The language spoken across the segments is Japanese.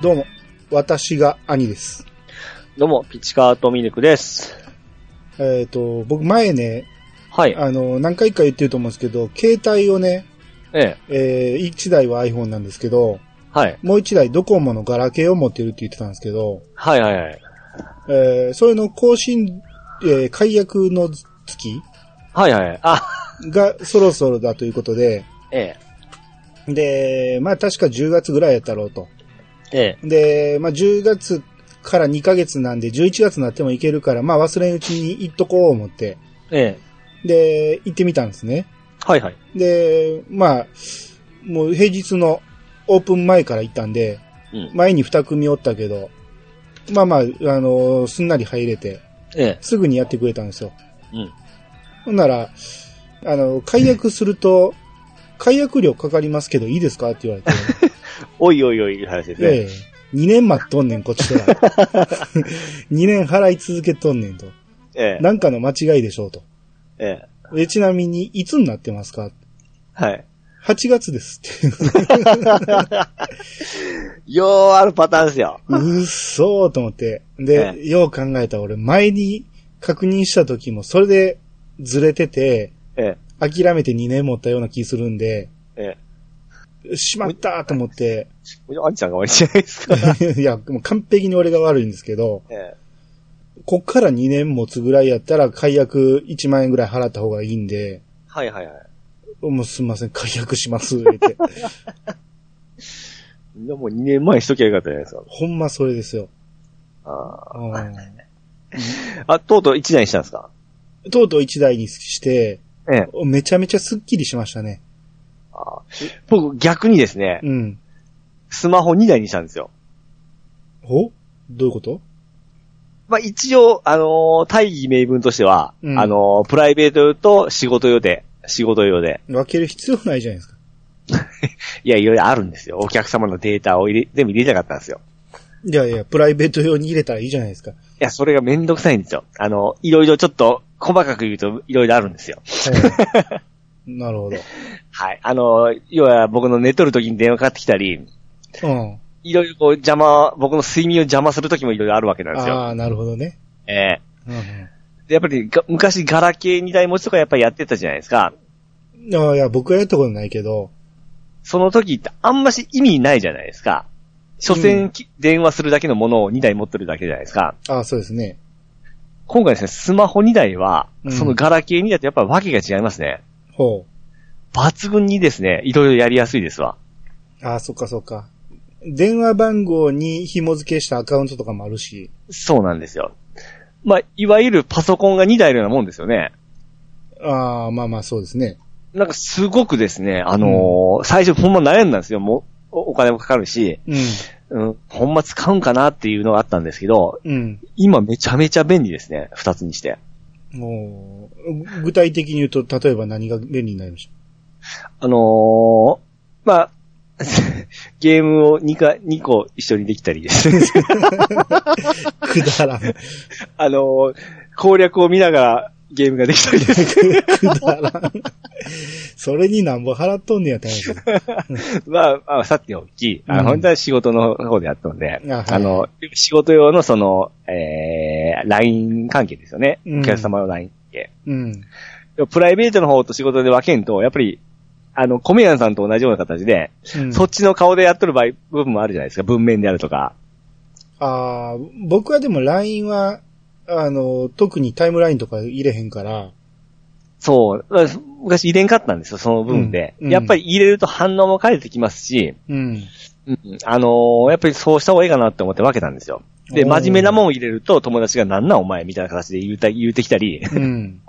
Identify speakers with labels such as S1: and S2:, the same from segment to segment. S1: どうも、私が兄です。
S2: どうも、ピチカートミルクです。
S1: えっ、と、僕前ね、
S2: はい。
S1: あの、何回か言ってると思うんですけど、携帯をね、
S2: ええ。
S1: えー、1台は iPhone なんですけど、
S2: はい。
S1: もう1台ドコモのガラケーを持ってるって言ってたんですけど、
S2: はいはいはい。
S1: えー、それの更新、えー解約の月
S2: はいはいはい。あ、
S1: がそろそろだということで、
S2: ええ。
S1: で、まあ確か10月ぐらいやったろうと。
S2: ええ。
S1: で、まあ10月から2ヶ月なんで、11月になってもいけるから、まあ忘れんうちに行っとこう思って、
S2: ええ。
S1: で、行ってみたんですね。
S2: はいはい。
S1: で、まあ、もう平日のオープン前から行ったんで、
S2: うん。
S1: 前に2組おったけど、まあまあ、あのすんなり入れて、
S2: ええ。
S1: すぐにやってくれたんですよ。
S2: うん。
S1: ほんなら、あの、解約すると、解約料かかりますけどいいですかって言われ て、
S2: おいおいおい、いう話ですね。
S1: ええ、2年待っとんねん、こっちとら。2年払い続けとんねんと。
S2: ええ。
S1: なんかの間違いでしょうと。
S2: ええ。
S1: で、ちなみに、いつになってますか
S2: はい。
S1: ?8 月ですって。よ
S2: ようあるパターンですよ。
S1: うっそーと思って。で、
S2: え
S1: よう考えたら俺、前に確認した時も、それでずれてて、
S2: ええ。
S1: 諦めて2年持ったような気するんで、
S2: ええ。
S1: しまったーと思って、
S2: あんちゃんが悪いんじゃないですか。
S1: いや、もう完璧に俺が悪いんですけど、
S2: ええ。
S1: こっから2年持つぐらいやったら、解約1万円ぐらい払った方がいいんで、
S2: はいはいはい。
S1: もうすいません、解約します、言うて。
S2: でもう2年前にしときゃよかったじゃないですか。
S1: ほんまそれですよ。
S2: あ
S1: うん
S2: ーあ、とうとう1年にしたんですか
S1: とうとう1台にして、
S2: ええ。
S1: めちゃめちゃスッキリしましたね。
S2: あー僕逆にですね、
S1: うん。
S2: スマホ2台にしたんですよ。
S1: おどういうこと
S2: まあ、一応、あのー大義名分としては、
S1: うん
S2: あのープライベート用と仕事用で、仕事用で、
S1: 分ける必要ないじゃないですか。
S2: いや、いろいろあるんですよ。お客様のデータを入れ、全部入れたかったんですよ。
S1: いやいや、プライベート用に入れたらいいじゃないですか。
S2: いや、それがめんどくさいんですよ。あの、いろいろちょっと、細かく言うと、いろいろあるんですよ。
S1: はい、なるほど。
S2: はい。あのー、要は僕の寝とる時に電話かかってきたり、
S1: うん。
S2: いろいろこう邪魔、僕の睡眠を邪魔する時もいろいろあるわけなんですよ。
S1: ああ、なるほどね。
S2: ええ
S1: うん
S2: でやっぱりが、昔ガラケー2台持ちとかやっぱりやってたじゃないですか。
S1: うん、あーいや、僕はやったことないけど、
S2: その時ってあんまし意味ないじゃないですか。所詮、き電話するだけのものを2台持ってるだけじゃないですか。
S1: ああ、そうですね。
S2: 今回ですね、スマホ2台は
S1: う、ん
S2: そのガラケー2台とやっぱり訳が違いますね。
S1: ほ
S2: 抜群にですね、いろいろやりやすいですわ。
S1: う。ああ、そっかそっか。電話番号に紐付けしたアカウントとかもあるし、
S2: そうなんですよ。まあ、いわゆるパソコンが2台のようなもんですよね。
S1: ああ、まあまあそうですね。
S2: なんかすごくですね、あのー最初ほんま悩んだんですよ。もう、おお金もかかるし、
S1: うん。
S2: うん、ほんま使うんかなっていうのがあったんですけど、
S1: うん。
S2: 今めちゃめちゃ便利ですね。2つにして。
S1: もう、具体的に言うと、例えば何が便利になりまし
S2: あのー、まあ、 ゲームを2か、2個一緒にできたりです。
S1: たくだらん。く
S2: あのー、攻略を見ながらゲームができたりです。
S1: だらん。それになんぼ払っとんねやったんやけど。
S2: まあ、あ、さておき、あ
S1: うん
S2: の、本当は仕事の方でやったんで、
S1: あはい
S2: あの、仕事用のその、えー、LINE 関係ですよね。
S1: うん
S2: お客様の LINE 関係。
S1: うん。
S2: でもプライベートの方と仕事で分けんと、やっぱり、あの、コメヤンさんと同じような形で、
S1: うん
S2: そっちの顔でやっとる場合、部分もあるじゃないですか。文面であるとか。
S1: ああ、僕はでも LINE は、あの、特にタイムラインとか入れへんから、
S2: そう。だから昔入れんかったんですよ、その分で。
S1: うんうん
S2: やっぱり入れると反応も返ってきますし、
S1: うん。
S2: うんあのーやっぱりそうした方がいいかなって思って分けたんですよ。で、
S1: おー
S2: 真面目なもんを入れると友達がなんなんお前みたいな形で言うた、言うてきた り、
S1: うん。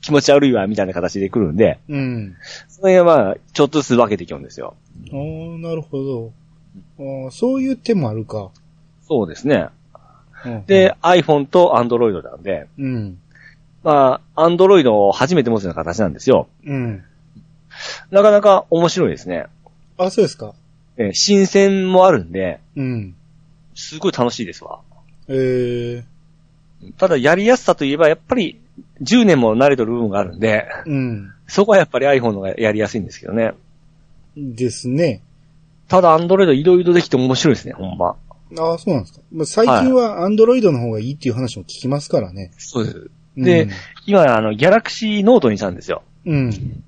S2: 気持ち悪いわみたいな形で来るんで、
S1: うん。
S2: その辺はまあ、ちょっとずつ分けていくんですよ。
S1: ああ、なるほど。ああそういう手もあるか。
S2: そうですね。
S1: うん、
S2: で、iPhone と Android なんで、
S1: うん。
S2: まあ、Android を初めて持つような形なんですよ。
S1: うん。
S2: なかなか面白いですね。
S1: あ、そうですか。
S2: えー新鮮もあるんで、
S1: うん。
S2: すごい楽しいですわ。
S1: ええ
S2: ただ、やりやすさといえば、やっぱり、10年も慣れてる部分があるんで、
S1: うん。
S2: そこはやっぱり iPhone の方がやりやすいんですけどね。
S1: ですね。
S2: ただ、Android いろいろできて面白いですね、ほんま。
S1: ああ、そうなんですか。まあ、最近はアンドロイドの方がいいっていう話も聞きますからね。
S2: そうです。で
S1: うん
S2: 今、あの、ギャラクシーノートにしたんですよ。
S1: うん。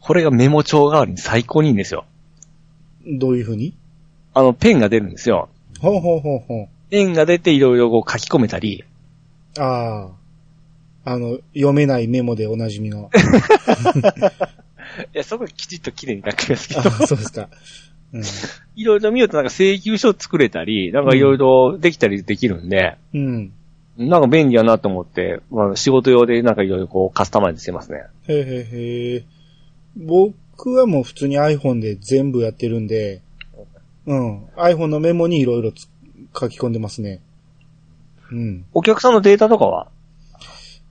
S2: これがメモ帳代わりに最高にいいんですよ。
S1: どういうふうに
S2: あの、ペンが出るんですよ。
S1: ほうほうほうほ
S2: ペンが出ていろいろこう書き込めたり、
S1: う。ああ。あの、読めないメモでおなじみ の。
S2: いや、そこはきちっと綺麗に書きますけ
S1: あ
S2: ど、
S1: あ、そうですか。うん。
S2: いろいろ見るとなんか請求書作れたり、なんかいろいろできたりできるんで、
S1: うん。
S2: なんか便利やなと思って、まあ、仕事用でなんかいろいろこうカスタマイズしてますね。
S1: へえへえへえ。僕はもう普通に iPhone で全部やってるんで、うん。iPhone のメモにいろいろつ書き込んでますね。うん。
S2: お客さんのデータとかは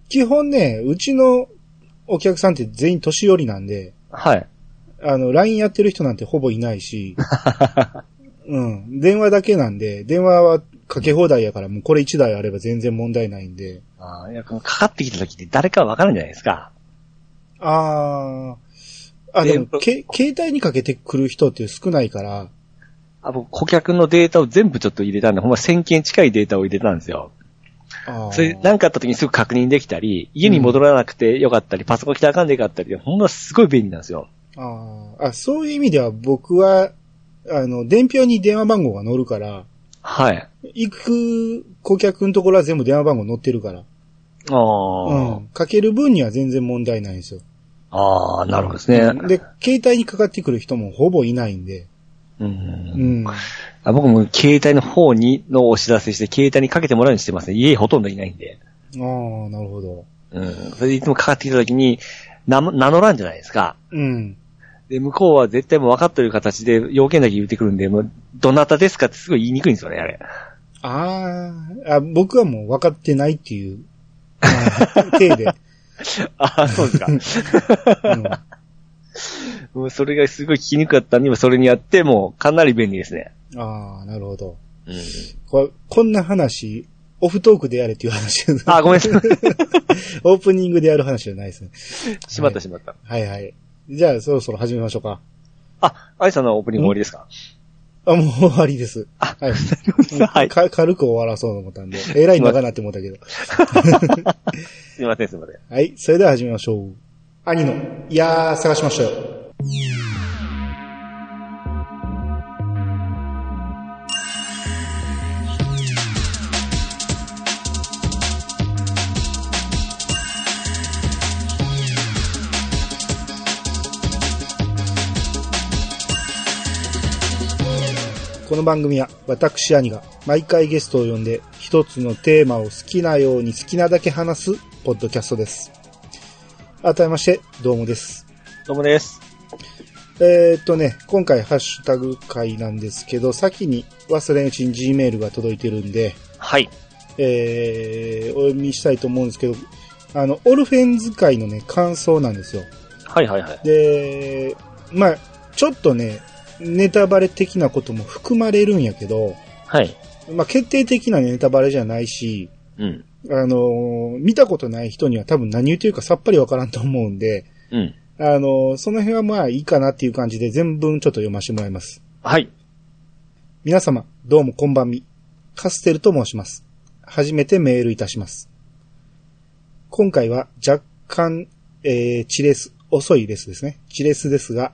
S1: 基本ね、うちのお客さんって全員年寄りなんで、
S2: はい。
S1: あの、LINE やってる人なんてほぼいない し、うん。電話だけなんで、電話はかけ放題やから、もうこれ1台あれば全然問題ないんで。
S2: ああ、いや、かかってきた時って誰かわかるんじゃないですか。
S1: あー。あ、でも
S2: で、
S1: け、携帯にかけてくる人って少ないから、
S2: あ、僕、顧客のデータを全部ちょっと入れたんで、ほんま1000件近いデータを入れたんですよ。
S1: あー
S2: それ、なんかあった時にすぐ確認できたり、家に戻らなくてよかったり、パソコン来たらあかんでよかったり、ほんますごい便利なんですよ。
S1: あーあ、そういう意味では僕は、あの、伝票に電話番号が載るから、
S2: はい。
S1: 行く顧客のところは全部電話番号載ってるから、
S2: ああ、
S1: うん。かける分には全然問題ないんですよ。
S2: ああ、なるほどですね。
S1: で、携帯にかかってくる人もほぼいないんで、
S2: う、
S1: うんん。
S2: あ僕も携帯の方にのお知らせして、携帯にかけてもらうようにしてますね。家ほとんどいないんで。
S1: ああ、なるほど。
S2: うん。それでいつもかかってきた時に、名も名乗らんじゃないですか。
S1: うん。
S2: で、向こうは絶対もう分かってる形で要件だけ言ってくるんで、もう、どなたですかってすごい言いにくいんですよね、あれ。
S1: あーあ、僕はもう分かってないっていう、 あー体で、
S2: ああ、そうですか。
S1: うん。
S2: もうそれがすごい聞きにくかったんで、今それにやって、もうかなり便利ですね。
S1: ああ、なるほど。
S2: うん。
S1: これこんな話、オフトークでやれっていう話。
S2: あ、ごめんなさい。
S1: オープニングでやる話じゃないですね。
S2: しまったしまった。
S1: はいはい。じゃあ、そろそろ始めましょうか。
S2: あ、アイさんのオープニング終わりですか
S1: あ、もう終わりです。
S2: あ
S1: はい。
S2: はい。
S1: か軽く終わらそうと思ったんで、えらい長なって思ったけど。
S2: すいません、すいません。
S1: はい、それでは始めましょう。兄の、いやー、探しましたよ。この番組は私兄が毎回ゲストを呼んで一つのテーマを好きなように好きなだけ話すポッドキャストです。改めまして、どうもです。
S2: どうもです。
S1: えー、っとね、今回ハッシュタグ会なんですけど、先に忘れんうちに Gmail が届いてるんで、
S2: はい。
S1: えー、お読みしたいと思うんですけど、あの、オルフェンズ会のね、感想なんですよ。
S2: はいはいはい。
S1: で、まあちょっとね、ネタバレ的なことも含まれるんやけど、
S2: はい。
S1: まあ決定的なネタバレじゃないし、
S2: うん。
S1: あのー見たことない人には多分何言ってるかさっぱりわからんと思うんで、
S2: うん。
S1: あのーその辺はまあいいかなっていう感じで全文ちょっと読ませてもらいます。
S2: はい。
S1: 皆様、どうもこんばんみ。カステルと申します。初めてメールいたします。今回は若干、えー、チレス、遅いレスですね。チレスですが、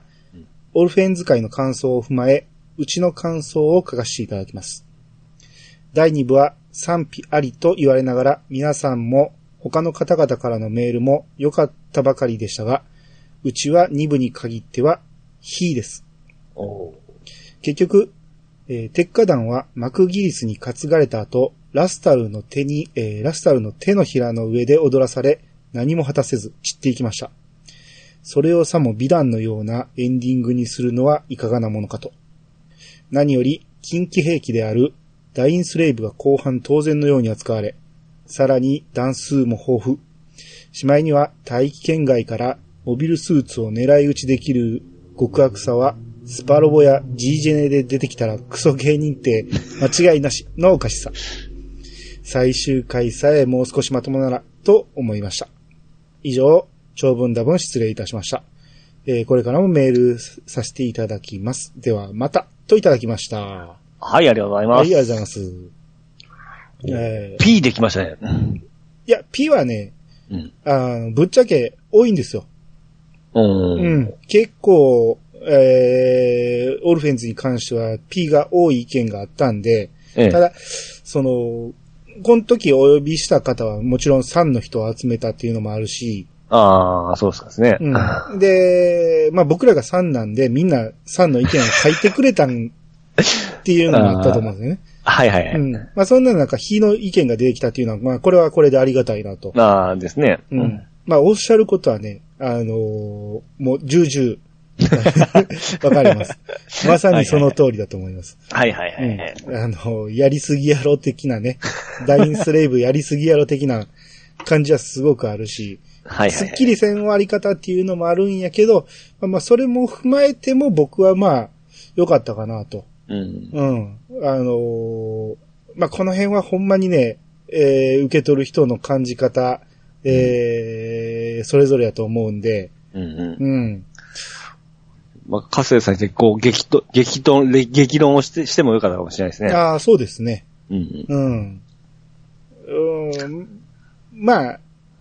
S1: オルフェンズ会の感想を踏まえ、うちの感想を書かせていただきます。第2部は賛否ありと言われながら、皆さんも他の方々からのメールも良かったばかりでしたが、うちは2部に限っては、非です。
S2: おー
S1: 結局、えー鉄火団はマクギリスに担がれた後、ラスタルの手に、えーラスタルの手のひらの上で踊らされ、何も果たせず散っていきました。それをさも美談のようなエンディングにするのはいかがなものかと。何より、近畿兵器であるダインスレイブが後半当然のように扱われ、さらに段数も豊富。しまいには大気圏外からモビルスーツを狙い撃ちできる極悪さは、スパロボや G ジェネで出てきたらクソ芸人って間違いなしのおかしさ。最終回さえもう少しまともならと思いました。以上、長文多分失礼いたしました。えーこれからもメールさせていただきます。ではまたといただきました。
S2: はい、ありがとうござい
S1: はい、あ
S2: ま
S1: り
S2: す。
S1: がとうございます。えー
S2: P できましたね。
S1: いや、P はね、
S2: うん。
S1: あのぶっちゃけ多いんですよ。
S2: うん。
S1: う
S2: うん。
S1: ん。結構、えー、オルフェンズに関しては P が多い意見があったんで、
S2: え
S1: た
S2: え。
S1: だ、その、この時お呼びした方はもちろん3の人を集めたっていうのもあるし、
S2: ああ、そうですね。
S1: うん、で、まあ僕らが3なんでみんな3の意見を書いてくれたんっていうのもあったと思うんで すよね。
S2: はいはいはい。
S1: うん。まあそんな中、非の意見が出てきたっていうのは、まあこれはこれでありがたいなと。
S2: まあですね。
S1: うん。。まあおっしゃることはね、あのーもう重々 わかります。まさにその通りだと思います。
S2: はいはいは
S1: う
S2: い
S1: ん
S2: はい。
S1: あの、やりすぎやろ的なね、ダインスレイブやりすぎやろ的な感じはすごくあるし、
S2: はいはい。
S1: すっき。りせん割り方っていうのもあるんやけど、まあまあ、それも踏まえても僕はまあ、良かったかなと。
S2: うん。
S1: うん。あのーまあ、この辺はほんまにね、えー受け取る人の感じ方、えーそれぞれやと思うんで、
S2: うんうん。
S1: うん。
S2: まあ、カスさんにこう、激と、激論、れ激論をして、してもよかったかもしれないですね。
S1: ああ、そうですね。
S2: うんうん。
S1: うん。うーん。まあ、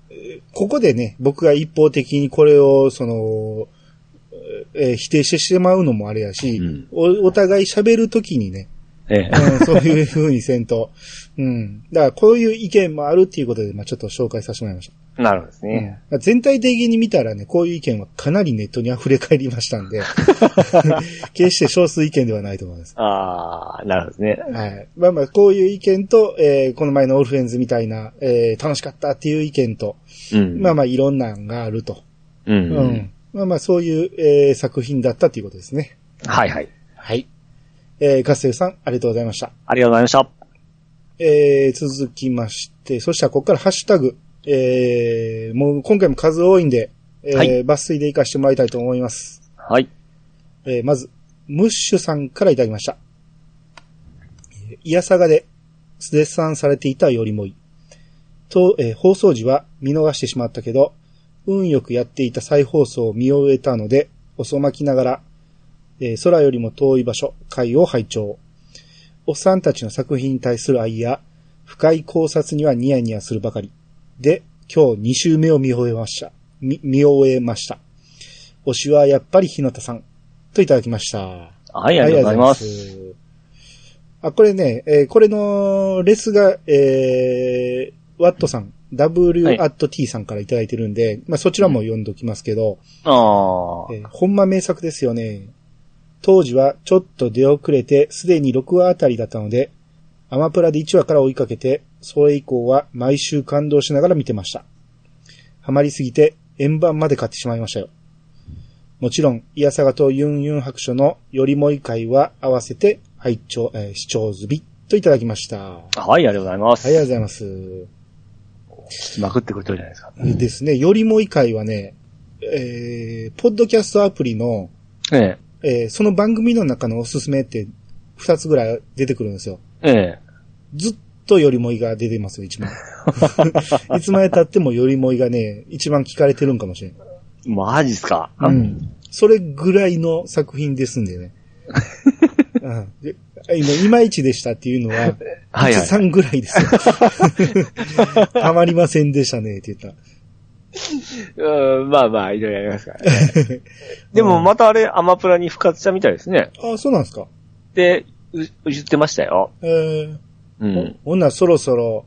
S1: えーここでね、僕が一方的にこれを、その、えー否定してしまうのもあれやし、
S2: うん
S1: おお互い喋るときにね、
S2: ええ。
S1: うん、そういう風にせんと。うん。だからこういう意見もあるっていうことで、まあちょっと紹介させてもらいました。
S2: なるほどです
S1: うん
S2: ね。
S1: まあ全体的に見たらね、こういう意見はかなりネットに溢れ返りましたん で、決して少数意見ではないと思います。
S2: ああ、なるほどですね。
S1: はい。まあまあ、こういう意見と、えーこの前のオルフェンズみたいな、えー楽しかったっていう意見と、
S2: うん。
S1: まあまあ、いろんなんがあると。
S2: う。
S1: うんん。まあまあ、そういう、えー作品だったということですね。
S2: はいはい。
S1: はい。えー、カステルさん、ありがとうございました。
S2: ありがとうございました。
S1: えー、続きまして、そしたらここからハッシュタグ、えー、もう今回も数多いんで、えー
S2: はい
S1: 抜粋で活かしてもらいたいと思います。
S2: はい。
S1: えー、まず、ムッシュさんからいただきました。えーイヤサガで絶賛されていたよりもいい。と、えー放送時は見逃してしまったけど、運よくやっていた再放送を見終えたので、遅まきながら、えー空よりも遠い場所、海を拝聴。おっさんたちの作品に対する愛や、深い考察にはニヤニヤするばかり。で、今日2週目を見終えました。見、見終えました。推しはやっぱり日向さん。といただきました。
S2: はい、ありがとうございます。
S1: ありがとうございます。あ、これね、えーこれのレスが、えー、ワットさん、
S2: はい
S1: W.T さんからいただいてるんで、まあそちらも読んどきますけど、
S2: ああ。
S1: えーほんま名作ですよね。当時はちょっと出遅れて、すでに6話あたりだったので、アマプラで1話から追いかけて、それ以降は毎週感動しながら見てました。ハマりすぎて、円盤まで買ってしまいましたよ。もちろん、イヤサガとユンユン白書のよりもい会は合わせて、拝聴、えー視聴済みといただきました。あ
S2: はい、ありがとうございます。
S1: りがとうございます。
S2: まくってくれてるじゃないですか。
S1: ですね、よりもい会はね、えー、ポッドキャストアプリの、
S2: ええ。
S1: えーその番組の中のおすすめって二つぐらい出てくるんですよ。
S2: ええ。
S1: ずっとよりもいが出てますよ、一 番。いつまで経ってもよりもいがね、一番聞かれてるんかもしれん。
S2: マジっすか。
S1: うん。それぐらいの作品ですんで ね。うん、で今、いまいちでしたっていうのは、
S2: はいはい
S1: さんぐらいです よ。たまりませんでしたね、って言った。
S2: うん、まあまあ、いろいろありますからね。 でもまたあれ、アマプラに復活したみたいですね。
S1: ああ、そうなんですか。
S2: で、う言ってましたよ。
S1: えー、
S2: う
S1: ほ
S2: ん。
S1: ほんならそろそろ、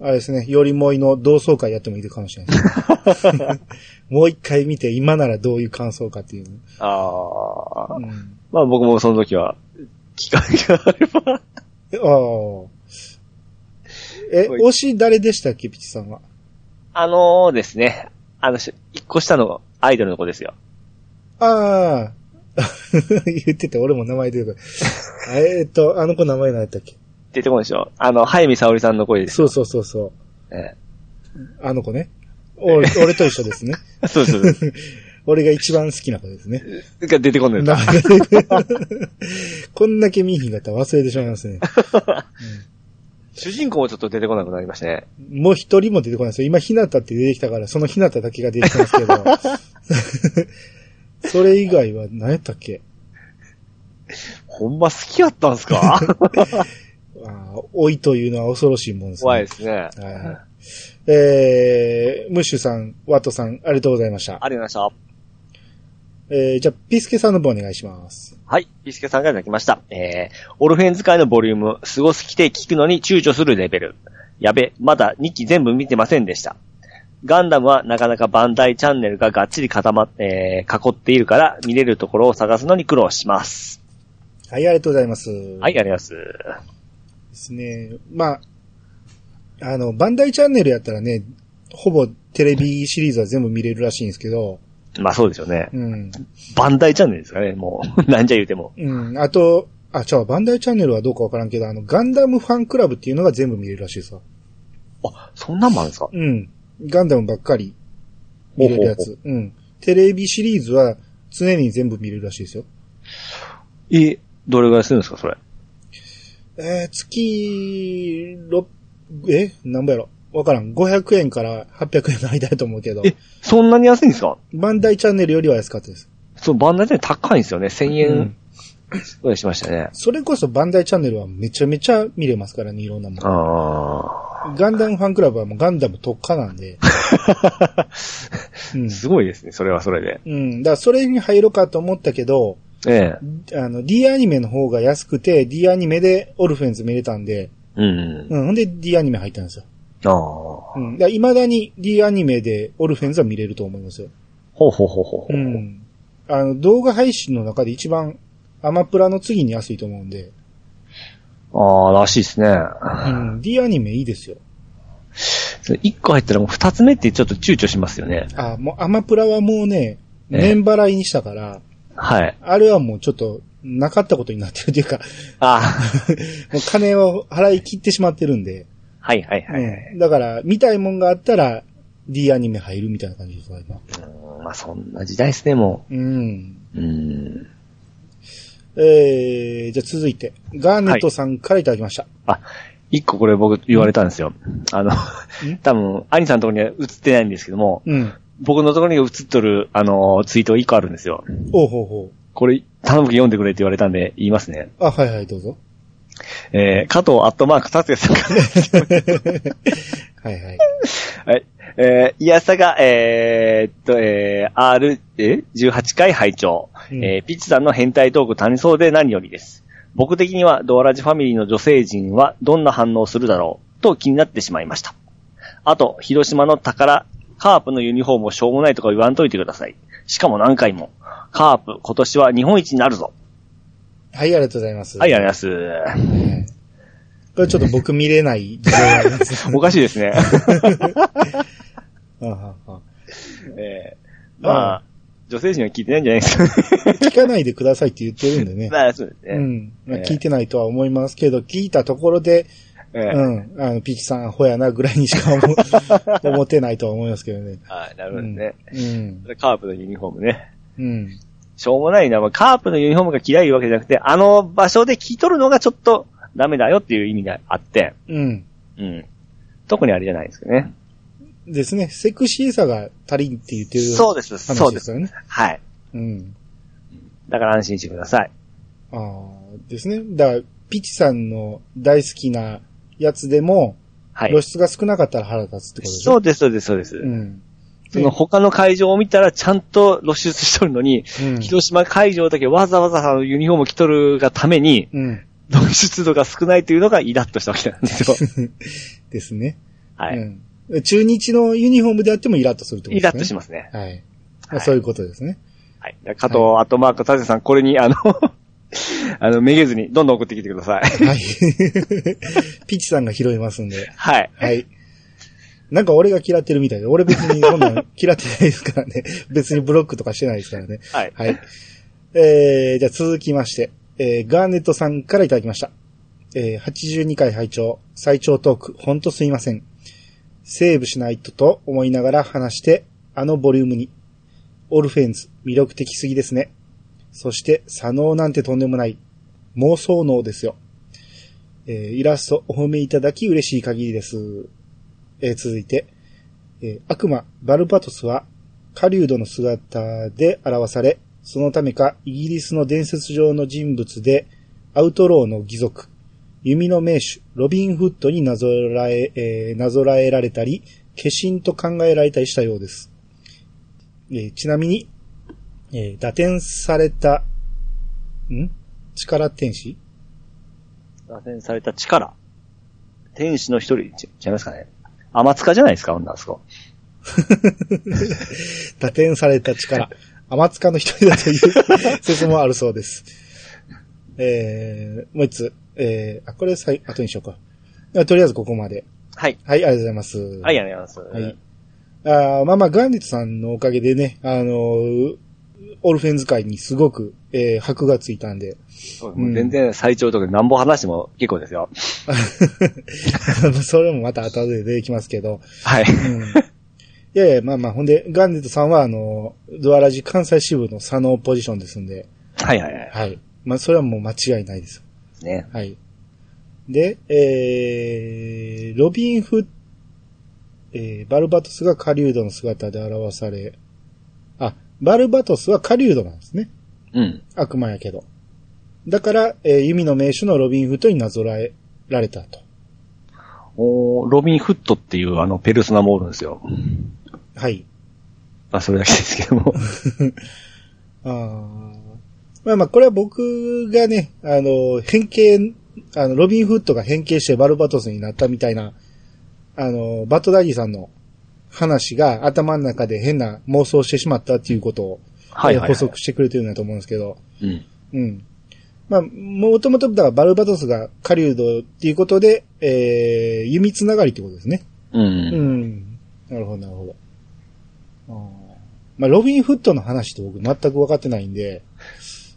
S1: あれですね、よりもいの同窓会やってもいいかもしれないです ね。もう一回見て、今ならどういう感想かっていうね。
S2: ああ
S1: う。ん、
S2: まあ僕もその時は、機会があれば。
S1: えああ。え、
S2: おい
S1: 推し誰でしたっけ、ピチさんは。
S2: あのーですね、あの、し一個下のアイドルの子ですよ。
S1: ああ。 言ってて、俺も名前出てこ ない。えーっと、あの子名前何やったっけ
S2: 出てこないでしょあの、早見沙織さんの声です。
S1: そうそうそうそう。
S2: え
S1: あの子ね。 俺、俺と一緒ですね。
S2: えそうそうそ
S1: 俺が一番好きな子ですね。
S2: う。が出てこない
S1: 名
S2: です。
S1: 前 が出てこないこんだけ見ひんかったら忘れてしまいますね。
S2: 主人公もちょっと出てこなくなりましたね。
S1: もう一人も出てこないですよ。今、ひなたって出てきたから、そのひなただけが出てきますけど。 それ以外は何やったっけ
S2: ほんま好きやったんすか
S1: あー老いというのは恐ろしいもんですね。
S2: 怖いですね。
S1: はいえー、ムッシュさん、ワトさん、ありがとうございました。
S2: ありがとうございまし
S1: えー、じゃあ、ピスケさんの方お願いします。
S2: た。はい。ピスケさんがいただきました。えー、オルフェン使いのボリューム、すごすぎて聞くのに躊躇するレベル。やべ、まだ2期全部見てませんでした。ガンダムはなかなかバンダイチャンネルががっちり固まっ、えー、囲っているから見れるところを探すのに苦労します。
S1: はい、ありがとうございます。は
S2: はい、ありがとうございます。
S1: ですね。まあ、あの、バンダイチャンネルやったらね、ほぼテレビシリーズは全部見れるらしいんですけど、
S2: まあそうですよね。
S1: うん。
S2: バンダイチャンネルですかね、もう。 なんじゃ言うても。
S1: うん。あと、あ、じゃあ、バンダイチャンネルはどうかわからんけど、あの、ガンダムファンクラブっていうのが全部見れるらしいですわ。
S2: あ、そんなんもあるんですか
S1: うん。ガンダムばっかり見れるやつ。うん。テレビシリーズは常に全部見れるらしいですよ。
S2: え、どれぐらいするんですか、それ。
S1: えー月、六え何倍やろわからん。500円から800円の間だと思うけど、
S2: え、そんなに安いんですか
S1: バンダイチャンネルよりは安かったです。
S2: そう、バンダイチャンネル高いんですよね。1000
S1: うん
S2: 円ぐらいしましたね。
S1: それこそバンダイチャンネルはめちゃめちゃ見れますからね、いろんなもの。
S2: あ
S1: ガンダムファンクラブはもうガンダム特化なん で。うん
S2: あ。。すごいですね、それはそれで。
S1: うん。だからそれに入ろうかと思ったけど、
S2: ええ。
S1: あの、D アニメの方が安くて、D アニメでオルフェンズ見れたんで、
S2: うん。
S1: うん。ほんで D アニメ入ったんですよ。
S2: ああ。ほ
S1: うん。だから未だに D アニメでオルフェンズは見れると思いますよ。
S2: うほうほうほう。
S1: うん。あの、動画配信の中で一番、アマプラの次に安いと思うんで、
S2: ああ、らしいですね。
S1: うん。D アニメいいですよ。
S2: それ1個入ったらもう2つ目ってちょっと躊躇しますよね。
S1: あ、もうアマプラはもうね、
S2: ええ
S1: 年払いにしたから、
S2: はい。
S1: あれはもうちょっと、なかったことになってる というか、
S2: あ
S1: もう金を払い切ってしまってるんで、
S2: あ。はいはいはいは
S1: う
S2: い。
S1: んだから、見たいもんがあったら、D アニメ入るみたいな感じですわ今
S2: うんまあそんな時代ですね、も
S1: うん。
S2: う。うん。
S1: えー、じゃあ続いて、ガーネットさんからいただきました。
S2: あ、一個これ僕言われたんですよ。あの
S1: ん、
S2: 多分、兄さんのところには映ってないんですけども、
S1: うん。
S2: 僕のところに映っとる、あの、ツイート一個あるんですよ。
S1: おうほうほ
S2: これ、頼むき読んでくれって言われたんで、言いますね。
S1: う。あ、はいはい、どう ぞ。
S2: えー、加藤アットマーク達也さんから
S1: はいはい。
S2: はい。えー、いやさが、えーっと、えー、R、え ?18 回拝聴、
S1: うん
S2: えーピッチさんの変態トーク谷そうで何よりです。僕的には、ドアラジファミリーの女性陣はどんな反応をするだろう、と気になってしまいました。あと、広島の宝、カープのユニフォームをしょうもないとか言わんといてください。しかも何回も。カープ、今年は日本一になるぞ。
S1: はい、ありがとうございます。
S2: はい、ありがとうございます。
S1: はいこれちょっと僕見れない事情があります。
S2: おかしいです ね。
S1: あはは
S2: えーまあ、女性陣は聞いてないんじゃないですか。
S1: 聞かないでくださいって言ってるんでね。
S2: まあ、そう ですね。
S1: うん。まあ
S2: ええ
S1: 聞いてないとは思いますけど、聞いたところで、
S2: え
S1: う
S2: ー
S1: ん、あの、ピチさんアホやなぐらいにしか思う 思ってないとは思いますけどね。
S2: はい、なるほ
S1: う
S2: ど
S1: ん。
S2: ね。
S1: うん。
S2: カープのユニフォームね。
S1: うん。
S2: しょうもないな。まあ、カープのユニフォームが嫌いわけじゃなくて、あの場所で着とるのがちょっとダメだよっていう意味があって、
S1: うん。
S2: うん。特にあれじゃないですけどね。
S1: ですね。セクシーさが足りんって言ってる
S2: そうです、そ
S1: 話
S2: う
S1: で
S2: ですす。
S1: よね。
S2: はい。
S1: うん。
S2: だから安心してください。
S1: ああ、ですね。だから、ピチさんの大好きなやつでも、
S2: はい
S1: 露。出が少なかったら腹立つってことでしょ
S2: そうです、そうです、そうです。
S1: うん。
S2: その他の会場を見たらちゃんと露出しとるのに、
S1: うん。
S2: 広島会場だけわざわざあのユニフォーム着とるがために、
S1: うん。
S2: 露出度が少ないというのがイラッとしたわけなんで すよ。
S1: ですね。
S2: はい。
S1: うん。中日のユニフォームであってもイラッとするってことで
S2: イ
S1: すね。
S2: ラッとしますね。
S1: す。はい。ま
S2: は
S1: あ、
S2: い
S1: そういうことですね。
S2: はい。加藤、あとマーク、たせさん、これに、あの、 あの、めげずに、どんどん送ってきてください。
S1: はい。ピッチさんが拾いますんで。
S2: はい。
S1: はい。なんか俺が嫌ってるみたいで、俺別にそんなん嫌ってないですからね。別にブロックとかしてないですからね。
S2: はい。
S1: はい。えー、じゃあ続きまして、えー、ガーネットさんからいただきました。えー、82回拝聴最長トーク、ほんとすいません。セーブしないとと思いながら話して、あのボリュームに。オルフェンズ、魅力的すぎですね。そして、左脳なんてとんでもない。妄想脳ですよ。えー、イラストお褒めいただき嬉しい限りです。えー、続いて、えー悪魔、バルバトスは、狩人の姿で表され、そのためかイギリスの伝説上の人物で、アウトローの義族、弓の名手、ロビンフッドになぞらえ、えーなぞらえられたり、化身と考えられたりしたようです。えーちなみに、えー打点された、ん力天使
S2: 打線された力。天使の一人、ち違いますかね。天塚じゃないですか、女の子。
S1: 打点された力、天塚の一人だという 説もあるそうです。えー、もう一つ、えー、あ、これさい、後にしようか。あとりあえずここまで。
S2: はい。
S1: はい、ありがとうございます。は
S2: はい、ありがとうございます。
S1: はい。あーまあまあ、ガンディットさんのおかげでね、あのーオルフェンズ界にすごく、えー、箔がついたんで、
S2: そうもう全然最長とか何本話しても結構ですよ。
S1: それもまた後で出てきますけど、
S2: はい。
S1: うん。いやいや、まあまあ、ほんで、ガンディットさんは、あのードアラジ関西支部の佐野ポジションですんで、
S2: はいはいはい。
S1: はい。まあ、それはもう間違いないです。
S2: ね。
S1: はい。で、えー、ロビンフッ、えー、バルバトスがカリウドの姿で表され、あ、バルバトスはカリウドなんですね。
S2: うん。
S1: 悪魔やけど。だから、えー弓の名手のロビンフッドになぞらえられたと。
S2: おーロビンフットっていうあのペルソナもおるんですよ。
S1: はい。
S2: まあそれだけですけど も。
S1: あーまあまあ、これは僕がね、あの、変形、あの、ロビンフッドが変形してバルバトスになったみたいな、あの、バットダディさんの話が頭の中で変な妄想してしまったっていうことを、
S2: はいはい、はい。
S1: えー補足してくれてるんだと思うんですけど、
S2: うん。
S1: うん。まあ、もともと、だからバルバトスが狩人っていうことで、えー、弓つながりってことですね。
S2: うん。
S1: うん。なるほど、なるほど。あーまあ、ロビンフットの話って僕全く分かってないんで、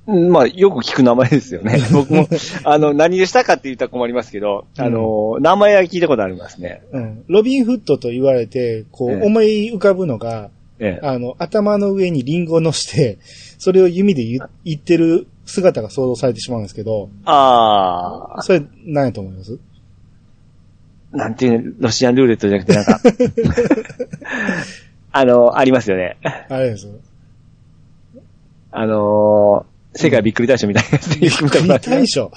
S2: うんまあ、よく聞く名前ですよ ね。僕も、あの、何でしたかって言ったら困りますけど、あの、名前は聞いたことありますね。
S1: うん。ロビンフットと言われて、こ
S2: え
S1: う、
S2: え
S1: 思い浮かぶのが、
S2: ええ。
S1: あの、頭の上にリンゴを乗して、 それを弓で言言ってる姿が想像されてしまうんですけど、
S2: あ
S1: それ何やと思います
S2: ー、なんていうの、ロシアンルーレットじゃなくて なんか、あの、ありますよね。
S1: あれです。
S2: あのー、世界びっくり大賞みたいなやつで聞いたことある
S1: 大将。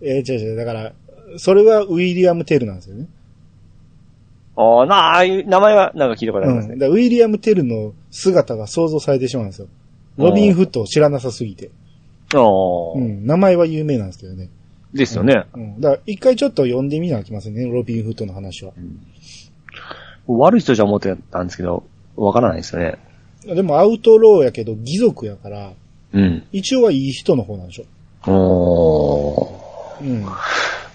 S1: えー、違う違う。だから、それはウィリアム・テルなんですよね。
S2: あーなああいう名前はなんか聞いたことあり
S1: う
S2: ます
S1: ん。
S2: ね。
S1: だからウィリアム・テルの姿が想像されてしまうんですよ。ロビン・フットを知らなさすぎて。
S2: あー、
S1: うん。名前は有名なんですけどね。
S2: ですよね。
S1: うん。だから、一回ちょっと読んでみなあきませんね。ロビン・フットの話は。
S2: 悪い人じゃ思ってたんですけど、わからないですよね。
S1: でも、アウトローやけど、義族やから、
S2: うん。
S1: 一応はいい人の方なんでしょ。
S2: おー。
S1: うん。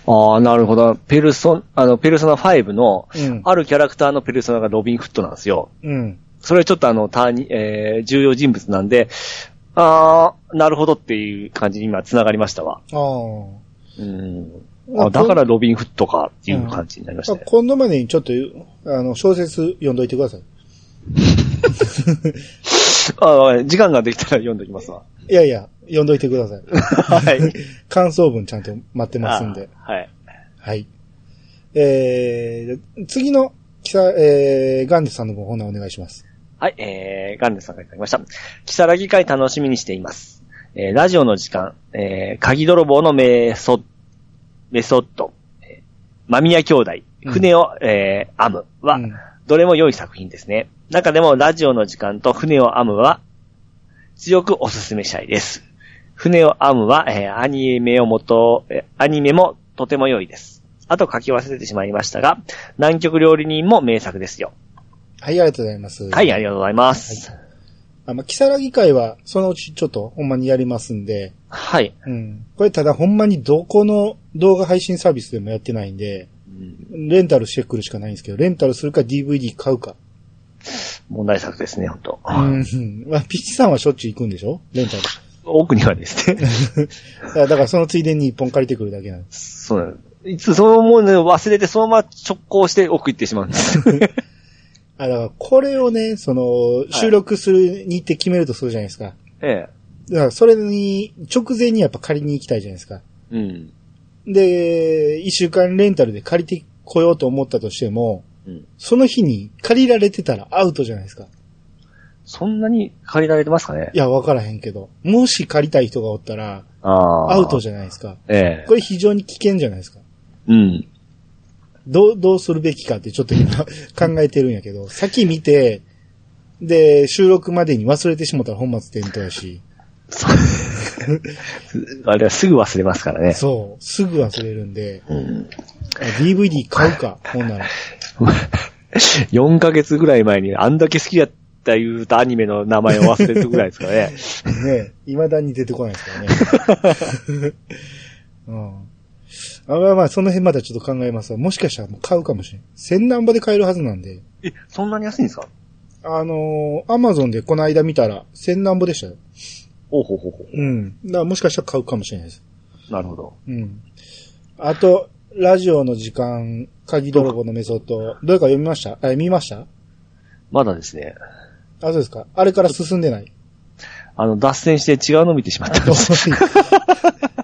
S2: ああ、なるほど。ペルソン、あの、ペルソナ5の、
S1: うん。
S2: あるキャラクターのペルソナがロビン・フットなんですよ。
S1: うん。
S2: それはちょっとあの、ターニ、えー、重要人物なんで、ああ、なるほどっていう感じに今繋がりましたわ。
S1: ああ。
S2: うん。
S1: あ
S2: あだからロビン・フットかっていう感じになりました
S1: あ
S2: ね。
S1: 今度までにちょっと、あの、小説読んどいてください。
S2: ああ、時間ができたら読んでおきま すわ。
S1: いやいや、読んどいてください。
S2: はい。
S1: 感想文ちゃんと待ってますんで。
S2: あーはい。
S1: はい。えー、次の、キサ、えー、ガンデさんのご本お願いします。
S2: はい、えー、ガンデさんがいただきました。キサラギ会楽しみにしています。えー、ラジオの時間、えー、鍵泥棒のメソ、メソッド、えーマミヤ兄弟、
S1: うん
S2: 船を、えー、編むは、
S1: うん
S2: どれも良い作品ですね。中でもラジオの時間と船を編むは、強くおすすめしたいです。船を編むは、えーアニメをもと、えーアニメもとても良いです。あと書き忘れてしまいましたが、南極料理人も名作ですよ。
S1: はい、ありがとうございます。
S2: はい、ありがとうございます。
S1: あまあ、キサラ議会は、そのうちちょっと、ほんまにやりますんで、
S2: はい。
S1: うん。これただ、ほんまにどこの動画配信サービスでもやってないんで、
S2: うん
S1: レンタルしてくるしかないんですけど、レンタルするか DVD 買うか。
S2: 問題作ですね、本当、
S1: うん。まあ、ピッチさんはしょっちゅう行くんでしょレンタル。
S2: 奥にはです ね。
S1: だから、だからそのついでに一本借りてくるだけなんです。
S2: そうなんです。いつそう思うのを忘れて、そのまま直行して奥行ってしまうん です。
S1: あ、だから、これをね、その、収録する日程決めるとするじゃないですか。
S2: ええ。
S1: だからそれに、直前にやっぱ借りに行きたいじゃないですか。
S2: うん。
S1: で、一週間レンタルで借りてこようと思ったとしても、
S2: うん
S1: その日に借りられてたらアウトじゃないですか。
S2: そんなに借りられてますかね
S1: いや、わからへんけど。もし借りたい人がおったら、
S2: ああ。
S1: アウト
S2: じ
S1: じゃないですか。
S2: ゃええ
S1: これ非常に危険じゃないですか。
S2: うん。
S1: どう、どうするべきかってちょっと 今考えてるんやけど、先見て、で、収録までに忘れてしもたら本末転倒やし、
S2: そう あれはすぐ忘れますからね。
S1: そう、すぐ忘れるんで、
S2: うん、
S1: あ DVD 買うか、ほんなら。
S2: 4ヶ月ぐらい前にあんだけ好きだった言うたアニメの名前を忘れてるぐらいですからね。
S1: ね未だに出てこないですからね。うん。あまあまあ、その辺まだちょっと考えますわもしかしたらもう買うかもしれん。千何波で買えるはずなんで。
S2: え、そんなに安いんですか
S1: あのー、アマゾンでこの間見たら、千何波でしたよ。
S2: おうほうほうほ
S1: うん。だからもしかしたら買うかもしれないです。
S2: う。なるほど。
S1: うん。あと、ラジオの時間、鍵泥棒のメソッド、どれか読みましたあ、見ましたあ、
S2: まだですね、
S1: そうですか。あれから進んでない。
S2: あの、脱線して違うの見てしまったんです。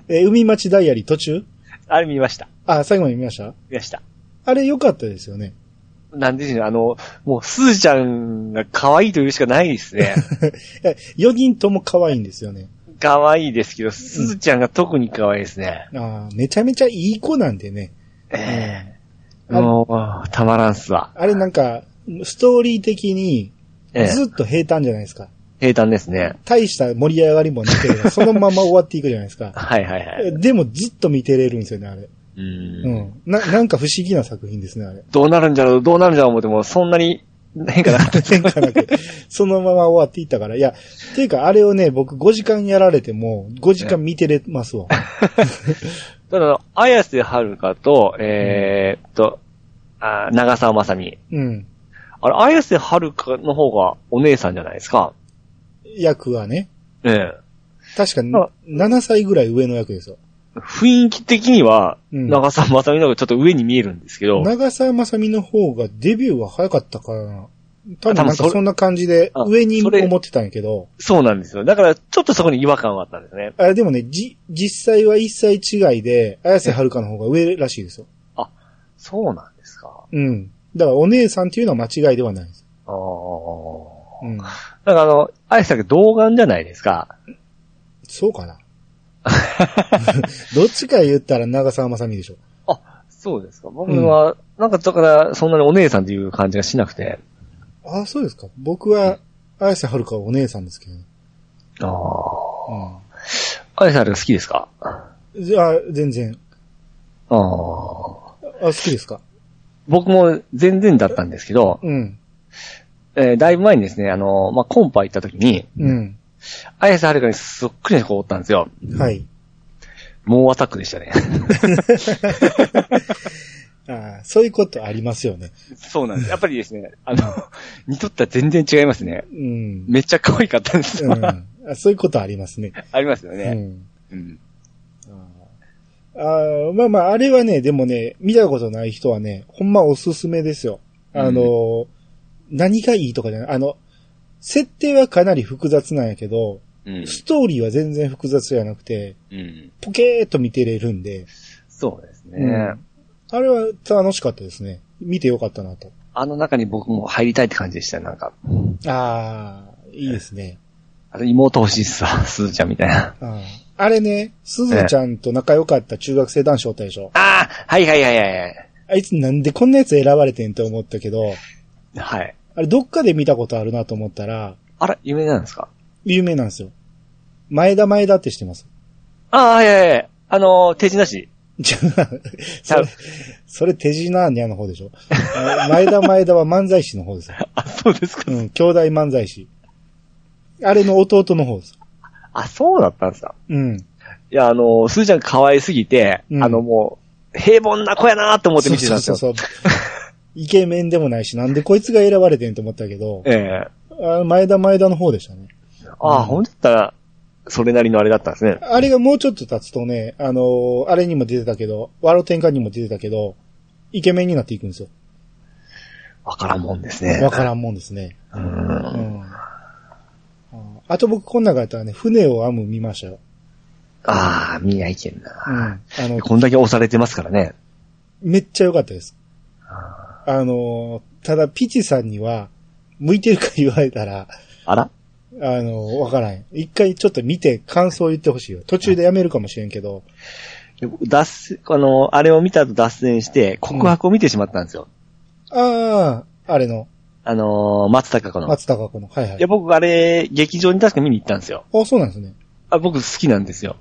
S1: えー、海町ダイアリー途中
S2: あれ見ました。
S1: あ、最後に見ました
S2: 見ました。
S1: あれ良かったですよね。
S2: なんでしょうね、あの、もう、すずちゃんが可愛いというしかないですね。
S1: え4人とも可愛いんですよね。
S2: 可愛いですけど、すずちゃんが特に可愛いですね。
S1: あーめちゃめちゃいい子なんでね。
S2: ええ
S1: うん
S2: もう、たまらんっすわ。
S1: あれなんか、ストーリー的に、
S2: ええ
S1: ずっと平坦じゃないですか。
S2: 平坦ですね。
S1: 大した盛り上がりもなけれ ば、そのまま終わっていくじゃないですか。
S2: はいはいはい。
S1: でもずっと見てれるんですよね、あれ。
S2: う。
S1: うんん。な、なんか不思議な作品ですね、あれ。
S2: どうなるんじゃろう、どうなるんじゃろう思っても、そんなに変化なか った。
S1: 変化なく、そのまま終わっていったから。いや、っていうかあれをね、僕5時間やられても、5時間見てれますわ。
S2: ただ、綾瀬はるかと、えーっと、あー長澤まさみ。
S1: うん。
S2: あれ、綾瀬はるかの方がお姉さんじゃないですか。
S1: 役はね。
S2: ええ。
S1: 確かに
S2: あ
S1: 7歳ぐらい上の役ですよ。
S2: 雰囲気的には、
S1: うん
S2: 長澤まさみの方がちょっと上に見えるんですけど、
S1: 長澤まさみの方がデビューは早かったからな。多分
S2: 多
S1: な
S2: 分
S1: ん
S2: それ
S1: かそんな感じで
S2: あ
S1: 上に
S2: それ
S1: 思ってたんやけど、
S2: そうなんですよ。だから、ちょっとそこに違和感はあったんですね。
S1: あれでもね、じ、実際は一切違いで、綾瀬はるかの方が上らしいですよ。
S2: そうなんですか。
S1: うん。だからお姉さんっていうのは間違いではないです。
S2: ああ。
S1: うん。
S2: なんかあの、あれさっき童顔じゃないですか。
S1: そう かな。どっちか言ったら長澤まさみでしょ。
S2: そうですか。僕は、なんかだから、そんなにお姉さんっていう感じがしなくて。
S1: ああ、そうですか。僕は、綾瀬はるかはお姉さんですけど、ね。
S2: ああ。あれさんあれが好きですかあ
S1: うん。じゃあ、全然。
S2: あ。
S1: あ、好きですか。
S2: 僕も全然だったんですけど、
S1: うん。
S2: えーだいぶ前にですね、あの、まあ、コンパ行った時に、
S1: うん。
S2: 綾瀬はるかにそっくりな子おったんですよ。
S1: はい。
S2: 猛アタックでしたね。
S1: ああ、そういうことありますよね。
S2: そうなんです。やっぱりですね、あの、 似とったら全然違いますね。
S1: うん。
S2: めっちゃ可愛かったんですよ。
S1: うんあそういうことありますね。
S2: ありますよ
S1: う
S2: ね。
S1: ん。
S2: うん。
S1: あーまあまあ、あれはね、でもね、見たことない人はね、ほんまおすすめですよ。あのー、何がいいとかじゃない。あの、設定はかなり複雑なんやけど、
S2: うん。
S1: ストーリーは全然複雑じゃなくて、
S2: うん。
S1: ポケーっと見てれるんで、
S2: そうですね。
S1: うんあれは楽しかったですね。見てよかったなと。
S2: あの中に僕も入りたいって感じでしたよ、なんか。
S1: ああ、いいですね。
S2: あと妹欲しいっすわ、 すずちゃんみたいな。
S1: あーあれね、すずちゃんと仲良かった中学生男子おったでしょ。
S2: ああはいはいはいはいはい。
S1: あいつなんでこんなやつ選ばれてんって思ったけど、
S2: はい。
S1: あれどっかで見たことあるなと思ったら、
S2: あら、有名なんですか
S1: 有名なんですよ。前田前田って知ってます。
S2: ああ、はいはいはい。あのー、手品なし。
S1: じゃあそれ、それ手品にゃの方でしょ。あ前田前田は漫才師の方ですよ。
S2: あ、そうですか
S1: う。ん、兄弟漫才師。あれの弟の方です。
S2: あ、そうだったんですか。
S1: うん。
S2: いや、あのー、すずちゃん可愛すぎて、
S1: うん
S2: あのもう、平凡な子やなーって思って見てたんです
S1: そうそ
S2: よ。
S1: うそう。イケメンでもないし、なんでこいつが選ばれてんと思ったけど、
S2: ええ
S1: あ前田前田の方でしたね。
S2: ああ、ほんとだったら、それなりのあれだったんですね。
S1: あれがもうちょっと経つとね、あのーあれにも出てたけど、ワロ天下にも出てたけど、イケメンになっていくんですよ。
S2: わからんもんですね。
S1: わからんもんですね。
S2: う。
S1: うんん。あと僕こんな方はね、船を編む見ましたよ。
S2: ああ、見ないけん
S1: う
S2: な。
S1: ん。あの、
S2: こんだけ押されてますからね。
S1: めっちゃ良かったです。あのーただピチさんには、向いてるか言われたら、
S2: あら
S1: あの、わからん。一回ちょっと見て感想言ってほしいよ。途中でやめるかもしれんけど、
S2: 脱線、あの、あれを見た後脱線して、告白を見てしまったんですよ。
S1: ああ、あれの、
S2: あのー、松高子の。
S1: 松高子の、はいはい
S2: で、。僕、あれ、劇場に確か見に行ったんですよ。
S1: あそうなんですね。
S2: あ僕、好きなんですよ。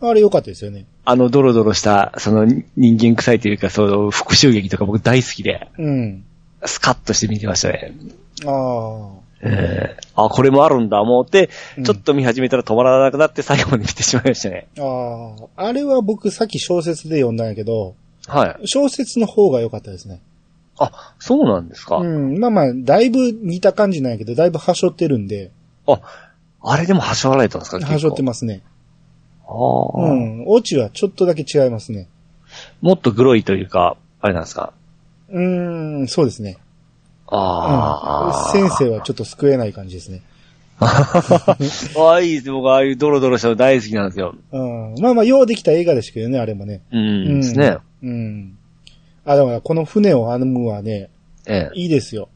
S1: あれ良かったですよね。
S2: あの、ドロドロした、その、人間臭いというか、その、復讐劇とか僕大好きで、
S1: うん。
S2: スカッとして見てましたね。
S1: ああ。
S2: えー、あ、これもあるんだ、思って
S1: うん、
S2: ちょっと見始めたら止まらなくなって最後まで見てしまいましたね。
S1: ああ、あれは僕さっき小説で読んだんやけど、
S2: はい。
S1: 小説の方が良かったですね。
S2: あ、そうなんですか。
S1: うん。まあまあ、だいぶ似た感じなんやけど、だいぶはしょってるんで、
S2: あ、あれでもはしょられたんですか
S1: はしょって
S2: ま
S1: ますね。
S2: ああ、
S1: うん。オチはちょっとだけ違いますね。
S2: もっとグロいというか、あれなんですか。
S1: うーん、そうですね。うん
S2: ああ、。
S1: 先生はちょっと救えない感じですね。
S2: 生。ああ、いいです。僕、ああいうドロドロしたの大好きなんですよ。
S1: うん。まあまあ、ようできた映画ですけどね、あれもね。
S2: うん。
S1: うん
S2: ですね。
S1: うん。あ、だからこの船を編むはね、
S2: ええ。
S1: いいですよ。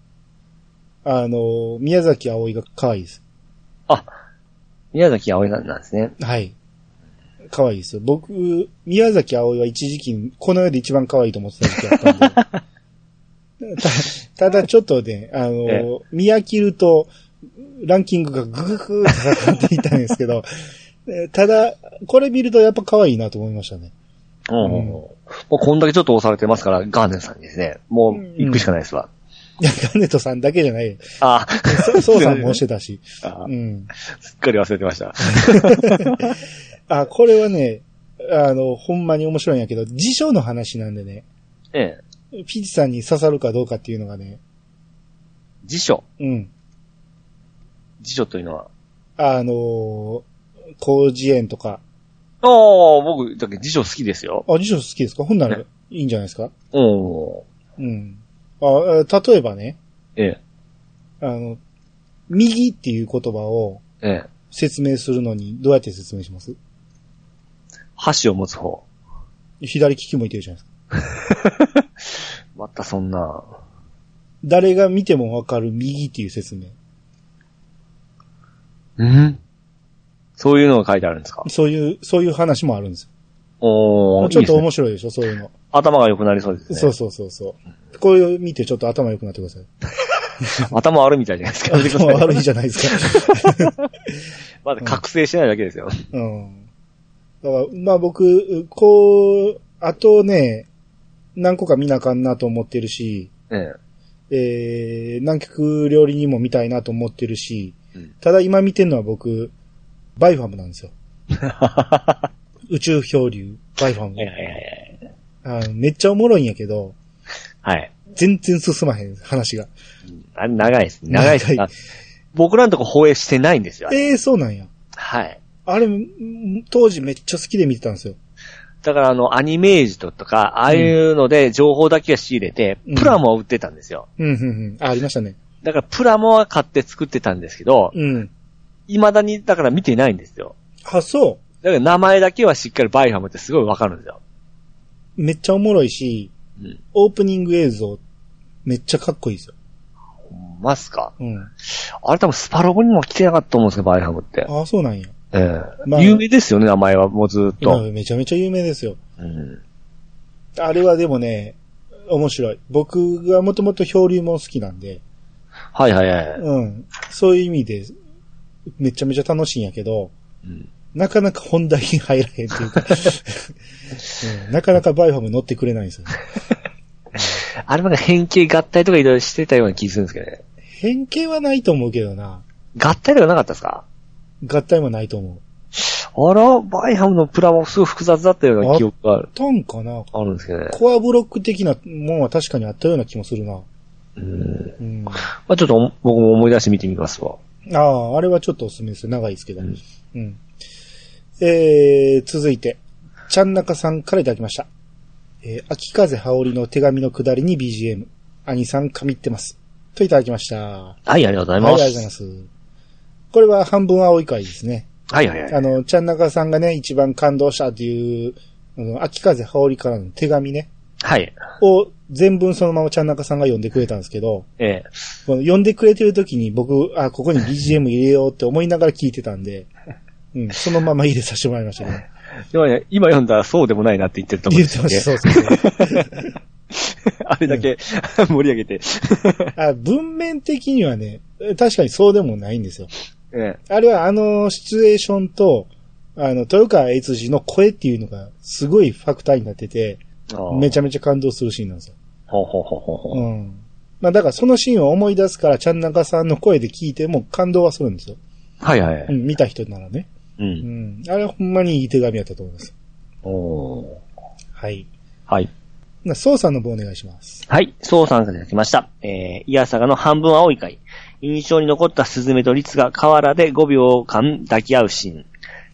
S1: あの、宮崎葵が可愛いです。
S2: あ、宮崎葵なんですね。
S1: はい。可愛いですよ。僕、宮崎葵は一時期、この世で一番可愛いと思ってた時期だったん で。たただちょっとね、あ
S2: え
S1: の、見飽きると、ランキングがグググーって下がっていったんですけど、 えただ、これ見るとやっぱ可愛いなと思いましたね。
S2: うん。もうこんだけちょっと押されてますから、ガーネンさんにですね。もう行くしかないですわ。
S1: いや、ガネットさんだけじゃない。
S2: ああ、
S1: そうさんも 押してたし。
S2: あ
S1: うん。
S2: すっかり忘れてました。
S1: あ、これはね、あの、ほんまに面白いんやけど、辞書の話なんでね、
S2: ええ。
S1: ピチさんに刺さるかどうかっていうのがね、
S2: 辞書。
S1: うん。
S2: 辞書というのは。
S1: あのー、広辞苑とか、
S2: ああ、僕、だけど辞書好きですよ。
S1: あ、辞書好きですかほんなら
S2: ね
S1: いいんじゃないですか
S2: うん。
S1: うん。あ、あ例えばね、
S2: ええ。
S1: あの、右っていう言葉を
S2: ええ。
S1: 説明するのにどうやって説明します
S2: 箸を持つ方。
S1: 左利きもいてるじゃないですか。
S2: またそんな。
S1: 誰が見てもわかる右っていう説明。
S2: うんそういうのが書いてあるんですか
S1: そういう、そういう話もあるんです
S2: お
S1: よ。
S2: ー、
S1: ちょっと
S2: いいですね
S1: 面白いでしょそういうの。
S2: 頭が良くなりそうですね。
S1: そうそうそうそう。これを見てちょっと頭良くなってください。
S2: 頭悪いみたいじゃないですか。
S1: 頭 悪いじゃないですか。
S2: まだ覚醒してないだけですよ。
S1: うん。だから、まあ僕、こう、あとね、何個か見なあかんなと思ってるし、
S2: え
S1: えー、南極料理にも見たいなと思ってるし、
S2: うん
S1: ただ今見てるのは僕、バイファムなんですよ。
S2: え。は
S1: 宇宙漂流、バイファム
S2: いはい。はい
S1: あのめっちゃおもろいんやけど、
S2: はい。はい。
S1: 全然進まへん、話が。
S2: あれ長いです。長いです。
S1: 長い
S2: 僕らのとこ放映してないんですよ。あれ
S1: ええー、そうなんや。
S2: はい。
S1: あれ、ん当時めっちゃ好きで見てたんですよ。
S2: だからあの、アニメージュととか、ああいうので情報だけは仕入れて
S1: うん、
S2: プラモを売ってたんですよ。
S1: うん、うん、うん。あ、ありましたね。
S2: だからプラモは買って作ってたんですけど、
S1: うん。
S2: 未だにだから見てないんですよ。
S1: あ、そ
S2: だから名前だけはしっかりバイハムってすごいわかるんですよ。
S1: う。めっちゃおもろいし、
S2: うん
S1: オープニング映像、めっちゃかっこいいですよ。
S2: ますか
S1: うん。
S2: あれ多分スパロボにも来てなかったと思うんですけど、バイハムって。
S1: ああ、そうなんや。
S2: ええ
S1: まあ
S2: 有名ですよね、名前はもうずっ
S1: 今
S2: と。
S1: めちゃめちゃ有名ですよ。
S2: うん。
S1: あれはでもね、面白い。僕がもともと漂流も好きなんで、
S2: はいはいはい。
S1: うん。そういう意味で、めちゃめちゃ楽しいんやけど、
S2: うん
S1: なかなか本題に入らへんって いうか、うんなかなかバイファム乗ってくれないんですよ。
S2: あれなんか変形合体とかいろいろしてたような気するんですけどね。
S1: 変形はないと思うけどな。
S2: 合体とかなかったですか
S1: 合体もないと思う。
S2: あら、バイハムのプラモすごい複雑だったような記憶がある
S1: トンかな
S2: あるんですけどね。
S1: コアブロック的なもんは確かにあったような気もするな。
S2: うん。
S1: うん。あ
S2: まあちょっとお僕も思い出して見てみますわ。
S1: あ、あれはちょっとおすすめですよ。長いですけど。う
S2: うんん。
S1: えー、続いて、ちゃんなかさんからいただきました。えー、秋風羽織の手紙の下りに BGM。兄さん神ってます。といただきました。はい、
S2: はい、ありがと
S1: あ
S2: う
S1: り
S2: ござい
S1: が
S2: ます。
S1: とうございます。これは半分青い回ですね。
S2: はいはいはい。
S1: あの、ちゃんなかさんがね、一番感動したっていう、あの、秋風羽織からの手紙ね。
S2: はい。
S1: を全文そのままちゃん中さんが読んでくれたんですけど、
S2: ええ。
S1: この読んでくれてる時に僕、あ、ここに BGM 入れようって思いながら聞いてたんで、うん、そのまま入れさせてもらいましたね。
S2: でもね、今読んだらそうでもないなって言ってると思うん
S1: 入れ
S2: です
S1: て
S2: よ
S1: ま
S2: ね。
S1: す。そうそうそう。
S2: あれだけ盛り上げて。
S1: あ文面的にはね、確かにそうでもないんですよ。
S2: え
S1: あれはあのシチュエーションと、あの、豊川悦司の声っていうのがすごいファクターになってて、
S2: え。ああ
S1: めちゃめちゃ感動するシーンなんですよ。
S2: ほうほうほうほうほう。
S1: うん。まあだからそのシーンを思い出すから、ちゃん中さんの声で聞いても感動はするんですよ。。
S2: はいはいう
S1: ん、見た人ならね。
S2: う。
S1: うんん。あれはほんまにいい手紙やったと思います。
S2: おー
S1: はい。
S2: はい。
S1: な、操作の方お願いします。
S2: はい、そうさんからいただきました。えー、イヤサガの半分青い回。印象に残ったスズメとリツが河原で5秒間抱き合うシーン。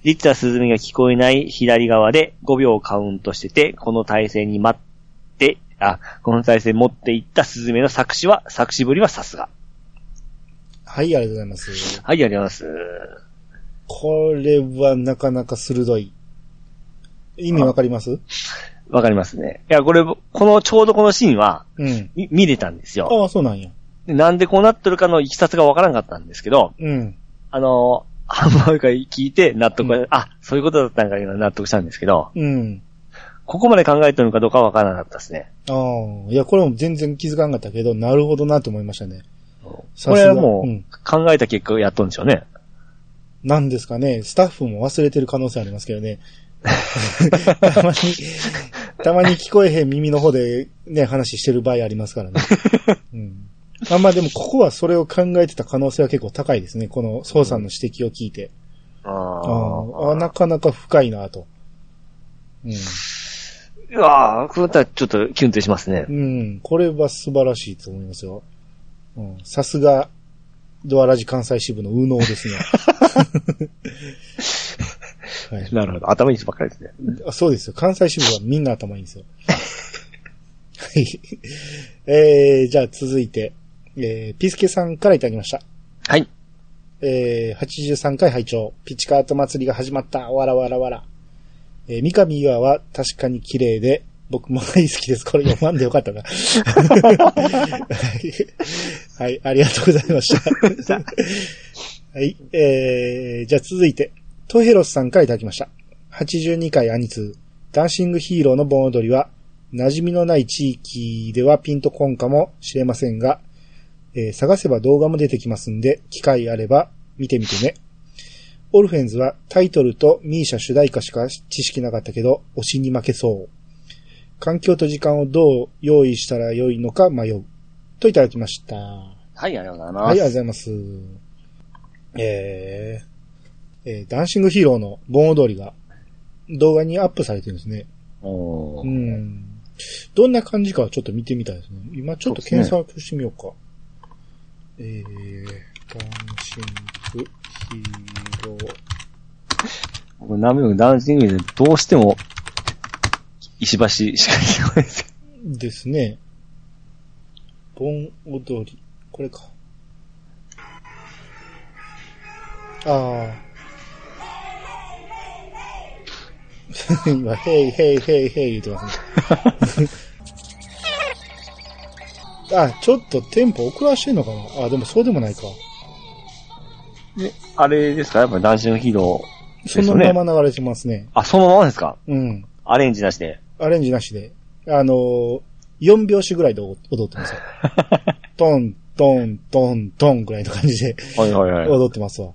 S2: リツはスズメが聞こえない左側で5秒カウントしてて、この体勢に待って、あ、この体勢持っていったスズメの作詞は、作詞ぶりはさすが。
S1: はい、ありがとうございます。
S2: はい、ありがとうございます。
S1: これはなかなか鋭い。意味わかります
S2: わかりますね。いや、これ、この、ちょうどこのシーンは、
S1: うん。
S2: み見れたんですよ。
S1: ああ、そうなんや。
S2: でなんでこうなってるかのいきさつがわからんかったんですけど、
S1: うん。
S2: あの、ハンバーガー聞いて納得、あ、そういうことだったんかいうのは納得したんですけど、
S1: うん。
S2: ここまで考えてるのかどうかわからなかったですね。
S1: ああ、いや、これも全然気づかんかったけど、なるほどなと思いましたね。
S2: これはも
S1: うん
S2: う考えた結果やっとんでしょうね。
S1: なんですかね、スタッフも忘れてる可能性ありますけどね。 たまに、たまに聞こえへん耳の方でね、話してる場合ありますからね。うん、まあまあでも、ここはそれを考えてた可能性は結構高いですね。この宋さんの指摘を聞いて。
S2: あ
S1: あーあー、なかなか深いなと。うん。
S2: うわーこれだったらちょっとキュンとしますね。
S1: うん、これは素晴らしいと思いますよ。うん、さすが、ドアラジ関西支部の右脳ですね。 はい、
S2: なるほど。頭いい人ばっかりですね。
S1: あそうですよ。関西支部はみんな頭いいんですよ。はい。えー、じゃあ続いて、えー、ピスケさんからいただきました。
S2: はい。
S1: えー、83回拝聴ピチカート祭りが始まった。わらわらわら。えー、三上岩は確かに綺麗で、僕も大好きです。これ読まんでよかった な。はいはい、ありがとうございました。はい、えー、じゃあ続いて、トヘロスさんからいただきました。82回アニツー、ダンシングヒーローの盆踊りは、馴染みのない地域ではピンとこんかもしれませんが、えー探せば動画も出てきますんで、機会あれば見てみてね。オルフェンズはタイトルとミーシャ主題歌しか知識なかったけど、推しに負けそう。環境と時間をどう用意したらよいのか迷う。といただきました。は
S2: はい、ありがとうござい
S1: い、あ
S2: ま
S1: りがとうご
S2: す。
S1: ざいます。えー、えーダンシングヒーローの盆踊りが動画にアップされてるんですね。
S2: お
S1: う
S2: ー
S1: ん。どんな感じかはちょっと見てみたいですね。今ちょっと検索してみようか。えー、ダンシングヒーロー。
S2: 僕、ナムヨンダンシングでどうしても、石橋しか聞こえないです。
S1: ですね。盆踊り。これか。ああ。 今、ヘイヘイヘイヘイ言ってますね。 あ、ちょっとテンポ遅らしてんのかなあ、でもそうでもないか。
S2: であれですかやっぱダンシングヒーロー
S1: そ
S2: です
S1: の
S2: よ
S1: ま
S2: ね。
S1: ま流れてますね。
S2: あ、そのままですか
S1: うん。
S2: アレンジなしで。
S1: アレンジなしで。あのー、4拍子ぐらいで踊って ますよ。トン、トン、トン、トンぐらいの感じで。
S2: はいはいはい。
S1: 踊ってますわ。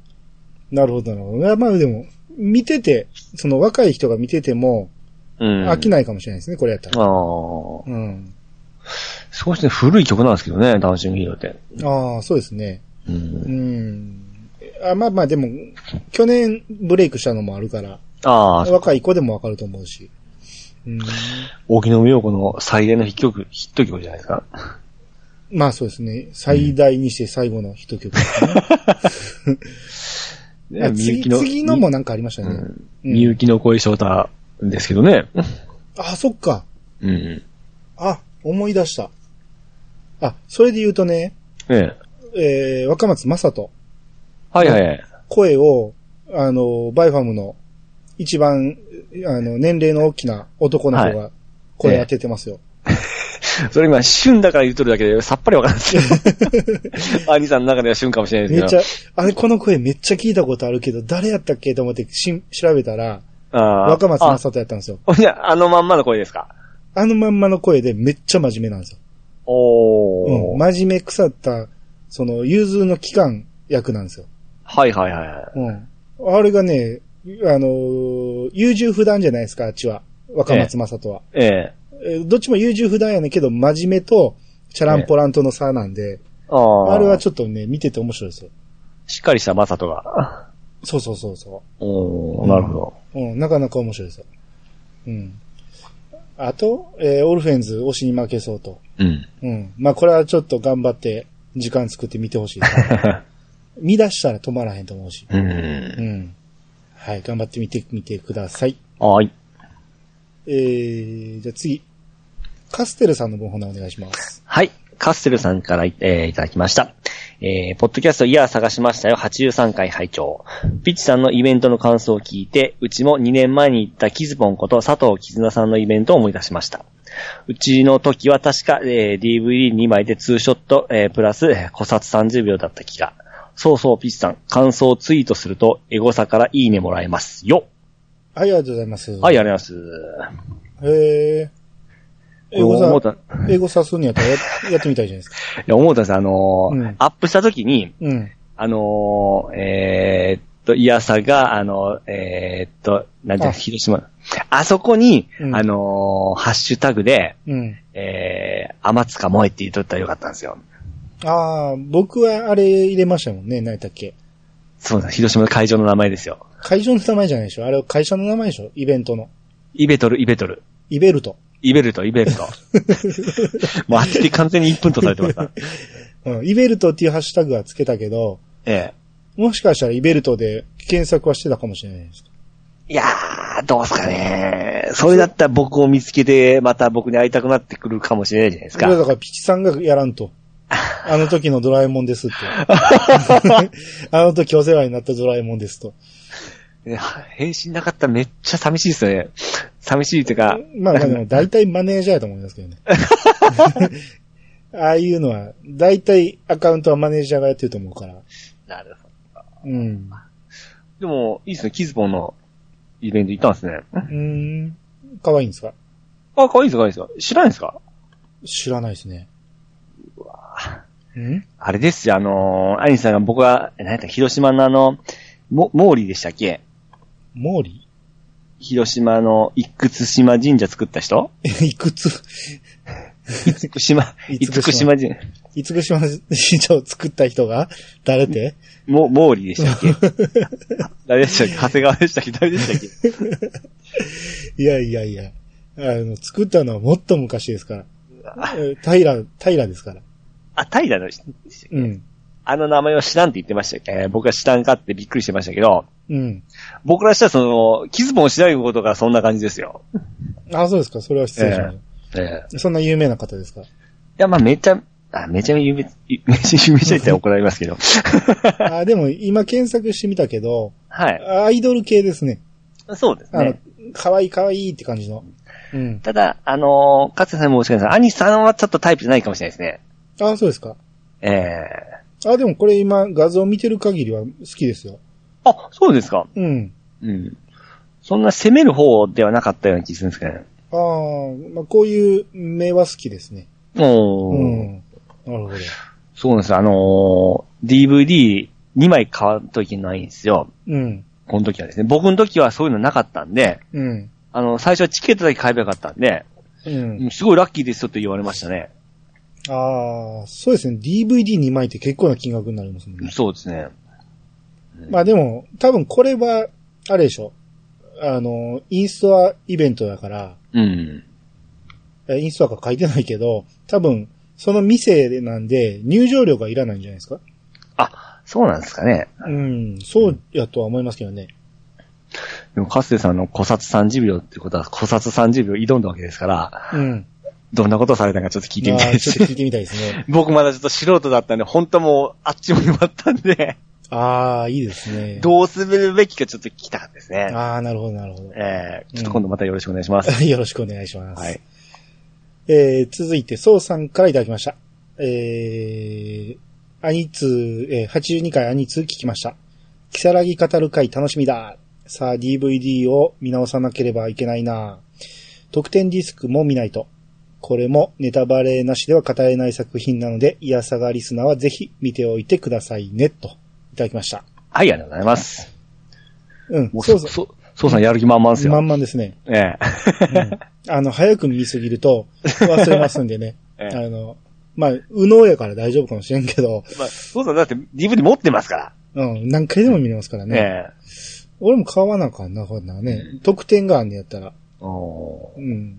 S1: なるほど、なるほどいや。まあでも、見てて、その若い人が見てても
S2: うん。
S1: 飽きないかもしれないですね、これやった
S2: あ
S1: ら。
S2: あ。
S1: うん。
S2: 少しね、古い曲なんですけどね、ダンシングヒーローって。
S1: ああ、そうですね。
S2: う。
S1: うんん。あまあまあでも、去年ブレイクしたのもあるから、
S2: ああ、
S1: 若い子でもわかると思うし。うん。
S2: 沖野美陽子の最大のヒット曲、ヒット曲じゃないですか。
S1: まあそうですね。最大にして最後の一曲、
S2: ね
S1: あ次次のもなんかありましたね。
S2: うん
S1: うん
S2: みゆきの恋翔太ですけどね。
S1: あ、そっか。
S2: うん。
S1: あ、思い出した。あ、それで言うとね、
S2: ね
S1: えー、若松正人。
S2: はいはい。
S1: 声を、あの、バイファムの一番、あの、年齢の大きな男の子が声当ててますよ。
S2: それ今、旬だから言うとるだけで、さっぱりわからんないです けど。兄さんの中では旬かもしれない
S1: め
S2: で
S1: っ
S2: す
S1: ちゃ、
S2: け
S1: あれ、この声めっちゃ聞いたことあるけど、誰やったっけと思ってし調べたら、
S2: ど。あー
S1: 若松正人やったんですよ。
S2: あじゃあ、あのまんまの声ですか
S1: あのまんまの声でめっちゃ真面目なんですよ。
S2: おー。
S1: うん。真面目腐った、その、融通の機関役なんですよ。
S2: はいはいはいはい。
S1: うん。あれがね、あのー優柔不断じゃないですか、あっちは。若松正人は。
S2: ええ。
S1: えーどっちも優柔不断やねんけど、真面目と、チャランポランとの差なんで、
S2: ああ。
S1: あれはちょっとね、見てて面白いですよ。
S2: しっかりしたマサトが。
S1: そうそうそうそ
S2: おー、なるほど。
S1: う。うん、なかなか面白いですよ。うん。あと、えーオルフェンズ、推しに負けそうと。
S2: うん。
S1: うん。まあ、これはちょっと頑張って、時間作って見てほしいです。 見出したら止まらへんと思うし。
S2: うん。
S1: うん。はい、頑張ってみて、みてください。
S2: はい。
S1: えー、じゃあ次。カステルさんの本ほなお願いします。
S2: はい。カッセルさんからい,、えーいただきました。えー、ポッドキャストイヤー探しましたよ。83回拝聴。ピッチさんのイベントの感想を聞いて、うちも2年前に行ったキズポンこと佐藤絆さんのイベントを思い出しました。うちの時は確か、えー DVD2 枚で2ショット、えープラス、えー、小札30秒だった気が。そうそう、ピッチさん、感想をツイートすると、エゴサからいいねもらえますよ。
S1: はい、ありがとうございます。。
S2: はいい、ありがとう
S1: えー、英
S2: ご
S1: 語
S2: ざいます。思っ
S1: さ、
S2: た、い
S1: 英語さすんやったらや やってみたいじゃないですか。
S2: や思ったんですあのー
S1: うん
S2: アップした時に、
S1: うん。
S2: あのー、えーっと、イヤサが、あのー、えーっと、なんていう
S1: あ
S2: の広島。あそこに、
S1: うん
S2: あのー、ハッシュタグで、
S1: うん。
S2: えー、天塚萌えって言っとったらよかったんですよ。
S1: ああ、僕はあれ入れましたもんね、何やったっけ。
S2: そうなんです広島の会場の名前ですよ。
S1: 会場の名前じゃないでしょ。あれは会社の名前でしょイベントの。
S2: イベトル、イベトル。
S1: イベルト。
S2: イベルト、イベル ト。もうあっちで完全に1分とされてました。
S1: うん。イベルトっていうハッシュタグはつけたけど、
S2: ええ
S1: もしかしたらイベルトで検索はしてたかもしれないです。
S2: いやー、どうすかねそれだったら僕を見つけて、また僕に会いたくなってくるかもしれないじゃないです
S1: それは
S2: か。
S1: だからピチさんがやらんと。あの時のドラえもんですって。あの時お世話になったドラえもんですと。
S2: ね返信なかったらめっちゃ寂しいですよね。寂しいというか、
S1: まあまあでも大体マネージャーやと思いますけどね。ああいうのは、大体アカウントはマネージャーがやってると思うから。
S2: なるほど。
S1: うん。
S2: でも、いいですね。キズボンのイベント行ったんですね。
S1: うーん。可愛いんですか
S2: あ、可愛いです、可愛いですよ。知らないですか
S1: 知らないですね。うん
S2: あれですよ、あのー、アニさんが僕は、何やった、広島のあの、モモーリーでしたっけ
S1: モーリ
S2: 広島の一屈島神社作った人
S1: ー いくつ、
S2: いつく島、
S1: 厳
S2: い
S1: 島
S2: つく島神社、
S1: いつぐしま市長を作った人が誰って
S2: モモーリーでしたっけ誰でしたっけ長谷川でしたっけ誰でしたっけ
S1: いやいやいや。あの、作ったのはもっと昔ですから。えー平、平ですから。
S2: あ、タイラの人でしたっけ
S1: うん。
S2: あの名前を知らんって言ってましたっけ、えー僕は知らんかってびっくりしてましたけど、
S1: うん。
S2: 僕らしたらその、キズボンを知らないことがそんな感じですよ。
S1: あ、そうですか。それは失礼しまし
S2: ええ
S1: た。そんな有名な方ですか。
S2: いや、まあ、めちゃ、あめちゃめちゃ有名、めちゃ有名じゃ言ったら怒られます けど。
S1: あ、でも今検索してみたけど、
S2: はい。
S1: アイドル系ですね。
S2: そうです
S1: あの
S2: ね。、
S1: 可愛い可愛いって感じの。うん。
S2: ただ、あのー、かつてさんも申し訳ないです。兄さんはちょっとタイプじゃないかもしれないですね。
S1: あ、そうですか。
S2: え
S1: あ、でもこれ今画像見てる限りは好きですよ。
S2: えあ、そうですか。
S1: うん。
S2: うん。そんな攻める方ではなかったような気するんですけどね。
S1: あーまあ、こういう目は好きですね。
S2: お
S1: う
S2: ー。
S1: ん。なるほど。
S2: そうなんですよ。あのー、DVD2 枚買わんといけないんですよ。
S1: うん。
S2: この時はですね。僕の時はそういうのなかったんで、
S1: うん。
S2: あの、最初はチケットだけ買えばよかったんで、
S1: うん。
S2: すごいラッキーですよって言われましたね。
S1: ああ、そうですね。DVD2 枚って結構な金額になりますもんね。
S2: そうですね。
S1: まあでも、多分これは、あれでしょ。あの、インストアイベントだから、
S2: うん。
S1: えインストアか書いてないけど、多分、その店なんで、入場料がいらないんじゃないですか
S2: あ、そうなんですかね。
S1: うん、そうやとは思いますけどね。
S2: でも、かつてさんの古札30秒ってことは、古札30秒挑んだわけですから、
S1: うん。
S2: どんなことされたかちょっと聞いてみ
S1: ま
S2: たい
S1: あ
S2: で
S1: ちょっ
S2: す
S1: と。聞いてみたいですね。
S2: 僕まだちょっと素人だったんで、本当もう、あっちも弱ったんで、
S1: ああ、いいですね。
S2: どうするべきかちょっと聞きたかったですね。
S1: ああ、なるほど、なるほど。
S2: えー、ちょっと今度またよろしくお願いします。
S1: よろしくお願いします。
S2: はい。
S1: えー、続いて、そうさんからいただきました。えー、アニツー、えー、82回アニツー聞きました。キサラギ語る回楽しみだ。さあ、DVD を見直さなければいけないな。特典ディスクも見ないと。これもネタバレなしでは語れない作品なので、いやさがリスナーはぜひ見ておいてくださいね、と。いただきました。
S2: はい、ありがとうございます。
S1: うん
S2: も、う
S1: そ
S2: そうう
S1: そ
S2: そう、そうさんやる気満々で
S1: う。
S2: すよ。
S1: まんまんですね。
S2: え え。
S1: あの、早く見すぎると忘れますんでね。
S2: え
S1: あ
S2: え
S1: の、まあ、右脳やから大丈夫かもしれんけど、
S2: まあ、そうさんだって DVD 持ってますから。
S1: うん、何回でも見れますからね。
S2: ええ。
S1: 俺も買わなあかんな、こんなんね。特典があんねやったら。
S2: おー
S1: うん。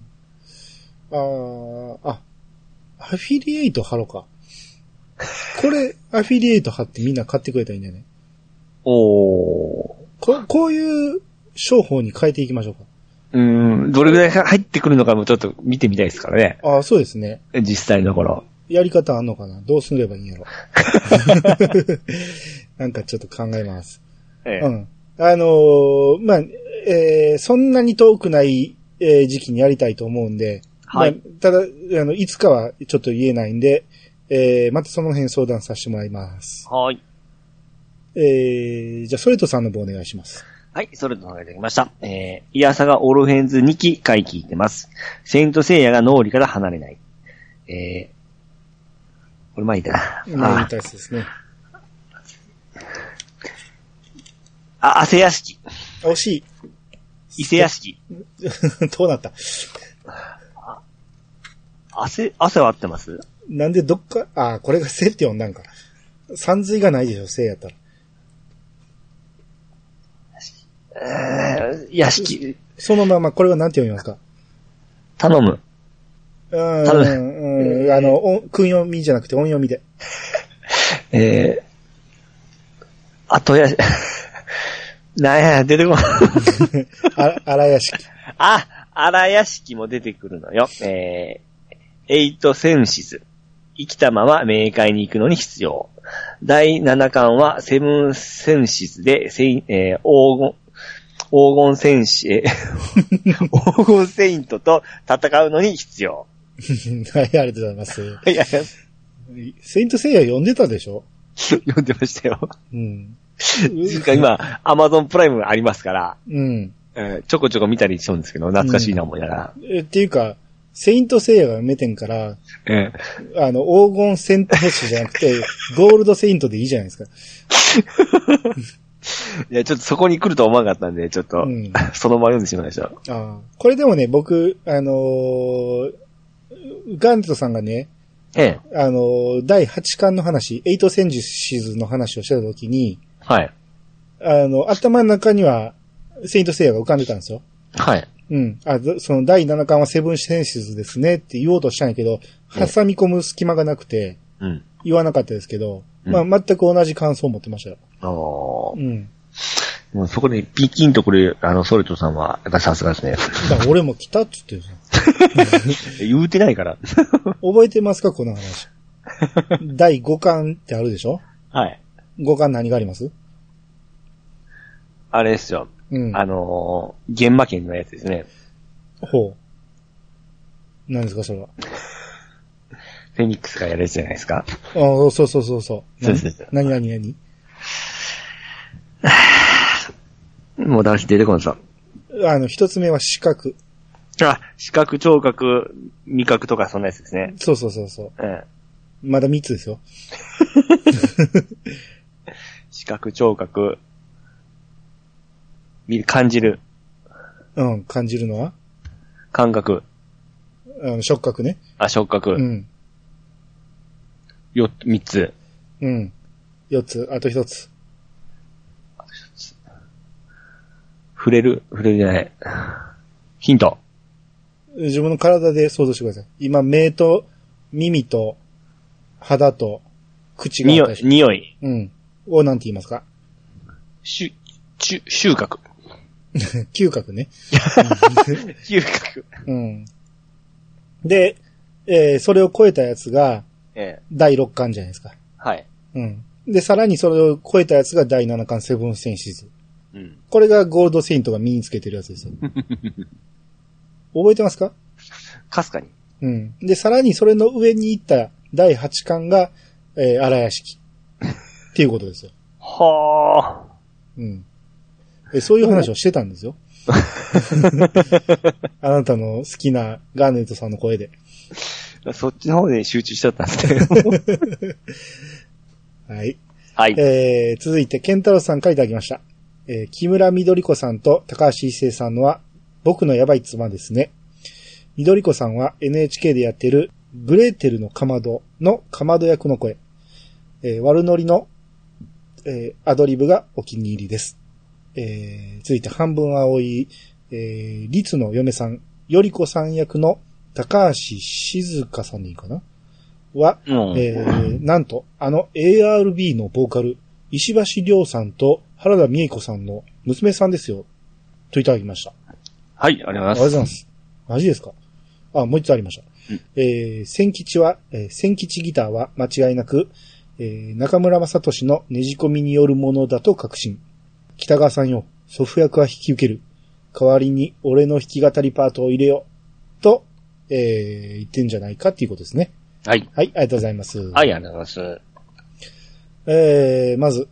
S1: あー、あ、アフィリエイト貼ろうか。こ れ、アフィリエイト貼ってみんな買ってくれたらいいんじゃない
S2: おー
S1: ここういう商法に変えていきましょうか。
S2: うん、どれぐらい入ってくるのかもちょっと見てみたいですからね。
S1: あー、そうですね。
S2: 実際の頃。
S1: やり方あんのかなどうすればいいんや ろ。 なんかちょっと考えます。
S2: え
S1: う。ん。あのーまあ、えーそんなに遠くない、えー時期にやりたいと思うんで、
S2: はい
S1: まあただ、あの、いつかはちょっと言えないんで、えーまたその辺相談させてもらいます。
S2: はい。
S1: えーじゃあ、ソレトさんの方お願いします。
S2: はい、それと考えてきました。えー、イヤサがオールフェンズ2期回聞いてます。セイントセイヤが脳裏から離れない。えー、これ前言った
S1: まあ、い。
S2: ない
S1: タイスですね。
S2: あ、あ、汗屋敷。
S1: あ惜し
S2: 伊勢屋敷。
S1: い。 どうなった
S2: 汗、汗は合ってます
S1: なんでどっか、あー、これがせって呼んだんか。三髄がないでしょ、せやったら。
S2: えー、屋敷。
S1: そのまま、これはなんて読みますか
S2: 頼む。
S1: う
S2: 多
S1: ー
S2: 分
S1: ん、うん、あの、音訓読みじゃなくて音読みで。
S2: えー、あとや、 なん や、出てこない。
S1: あ、荒屋敷。
S2: あ、荒屋敷も出てくるのよ。えー、エイトセンシズ。生きたまま冥界に行くのに必要。第7巻はセブンセンシズで、セインえー黄金、黄金戦士、え ー黄金セイントと戦うのに必要。
S1: はい、ありがとうございます。
S2: い や、
S1: セイントセイヤ読んでたでしょ
S2: 読んでま したよ。
S1: うん。
S2: つうか今、アマゾンプライムありますから、
S1: うん。
S2: えーちょこちょこ見たりしちゃうんですけど、懐かしいな思いながら。
S1: えっていうか、セイントセイヤが読めてんから、
S2: えー
S1: あの、黄金戦闘士じゃなくて、 ゴールドセイントでいいじゃないですか。
S2: いや、ちょっとそこに来るとは思わなかったんで、ちょっと、
S1: うん
S2: そのまま読んでしまいました。
S1: ああ。これでもね、僕、あのーガントさんがね、
S2: ええ。
S1: あのー第8巻の話、エイトセンジシズの話をしてた時に、
S2: はい。
S1: あの、頭の中には、セイントセイヤが浮かんでたんですよ。
S2: はい。
S1: うん。あ、ずその第7巻はセブンセンシズですねって言おうとしたんやけど、
S2: うん
S1: 挟み込む隙間がなくて、
S2: うん。
S1: 言わなかったですけど、
S2: うん
S1: まあ全く同じ感想を持ってましたよ。
S2: ああ。も
S1: うん。
S2: うそこでピキンとくる、あの、ソルトさんは、やっぱさすがですね。
S1: だから俺も来たっつってるじゃん
S2: 言うてないから。
S1: 覚えてますかこの話。 第5巻ってあるでしょ
S2: はい。
S1: ?5 巻何があります
S2: あれですよ。
S1: うん。
S2: あのー、現場県のやつですね。
S1: ほう。何ですかそれは。
S2: フェニックスがやるやつじゃないですか。
S1: ああ、そうそうそうそう。
S2: そうそうそう
S1: 何何何
S2: もう私出てこんぞ。
S1: 何あの、一つ目は四角。
S2: あ、視覚、聴覚、味覚とかそんなやつですね。
S1: そうそうそうそう。
S2: うん。
S1: まだ3つですよ。
S2: 視覚、聴覚、み感じる、
S1: うん、感じるのは
S2: 感覚、
S1: あの触覚ね。
S2: あ、触覚、
S1: うん。
S2: よ、三つ。
S1: うん。四つ、あと一つ。
S2: 触れる触れるじゃない。ヒント。
S1: 自分の体で想像してください。今、目と、耳と、肌と、口があっ
S2: 匂
S1: たで
S2: い、
S1: しょ
S2: 匂い。
S1: うん。をなんて言いますか
S2: しゅ、しゅ、収 穫。
S1: 嗅覚 ね。
S2: 収穫。
S1: うん。で、えーそれを超えたやつが、
S2: ええ。
S1: 第6巻じゃないですか。
S2: はい。
S1: うん。で、さらにそれを超えたやつが第7巻セブンセンシズ。
S2: うん。
S1: これがゴールドセイントが身につけてるやつですよ。覚えてますか
S2: かすかに。
S1: うん。で、さらにそれの上に行った第8巻が、えー、荒屋敷。っていうことですよ。
S2: はあ。
S1: うん。えそういう話をしてたん ですよ。あなたの好きなガーネットさんの声で。
S2: そっちの方で集中しちゃったん ですね。
S1: はい。
S2: はい。
S1: えー、続いて、ケンタロウさんからいただきました。えー、木村みどりこさんと高橋一生さんのは、僕のやばい妻ですね。みどりこさんは NHK でやってる、グレーテルのかまどのかまど役の声。えー、悪ノリの、えー、アドリブがお気に入りです。えー、続いて、半分青い、えー、リツの嫁さん、よりこさん役の高橋静香さんでいいかなは、
S2: うん。
S1: えー、なんと、あの ARB のボーカル、石橋亮さんと原田美恵子さんの娘さんですよ。といただきました。
S2: はい、あり
S1: あ
S2: が
S1: りが
S2: と
S1: と
S2: う
S1: う
S2: ご
S1: ござい
S2: ざいま。
S1: ますす。マジですかあ、もう一つありました。
S2: うん
S1: えー、千吉は、えー千吉ギターは間違いなく、えー中村雅俊のねじ込みによるものだと確信。北川さんよ、祖父役は引き受ける。代わりに俺の弾き語りパートを入れよう。と、えー、言ってんじゃないかっていうことですね。
S2: はい。
S1: はい、ありがとうございます。
S2: はい、ありがとうございます。
S1: えー、まず、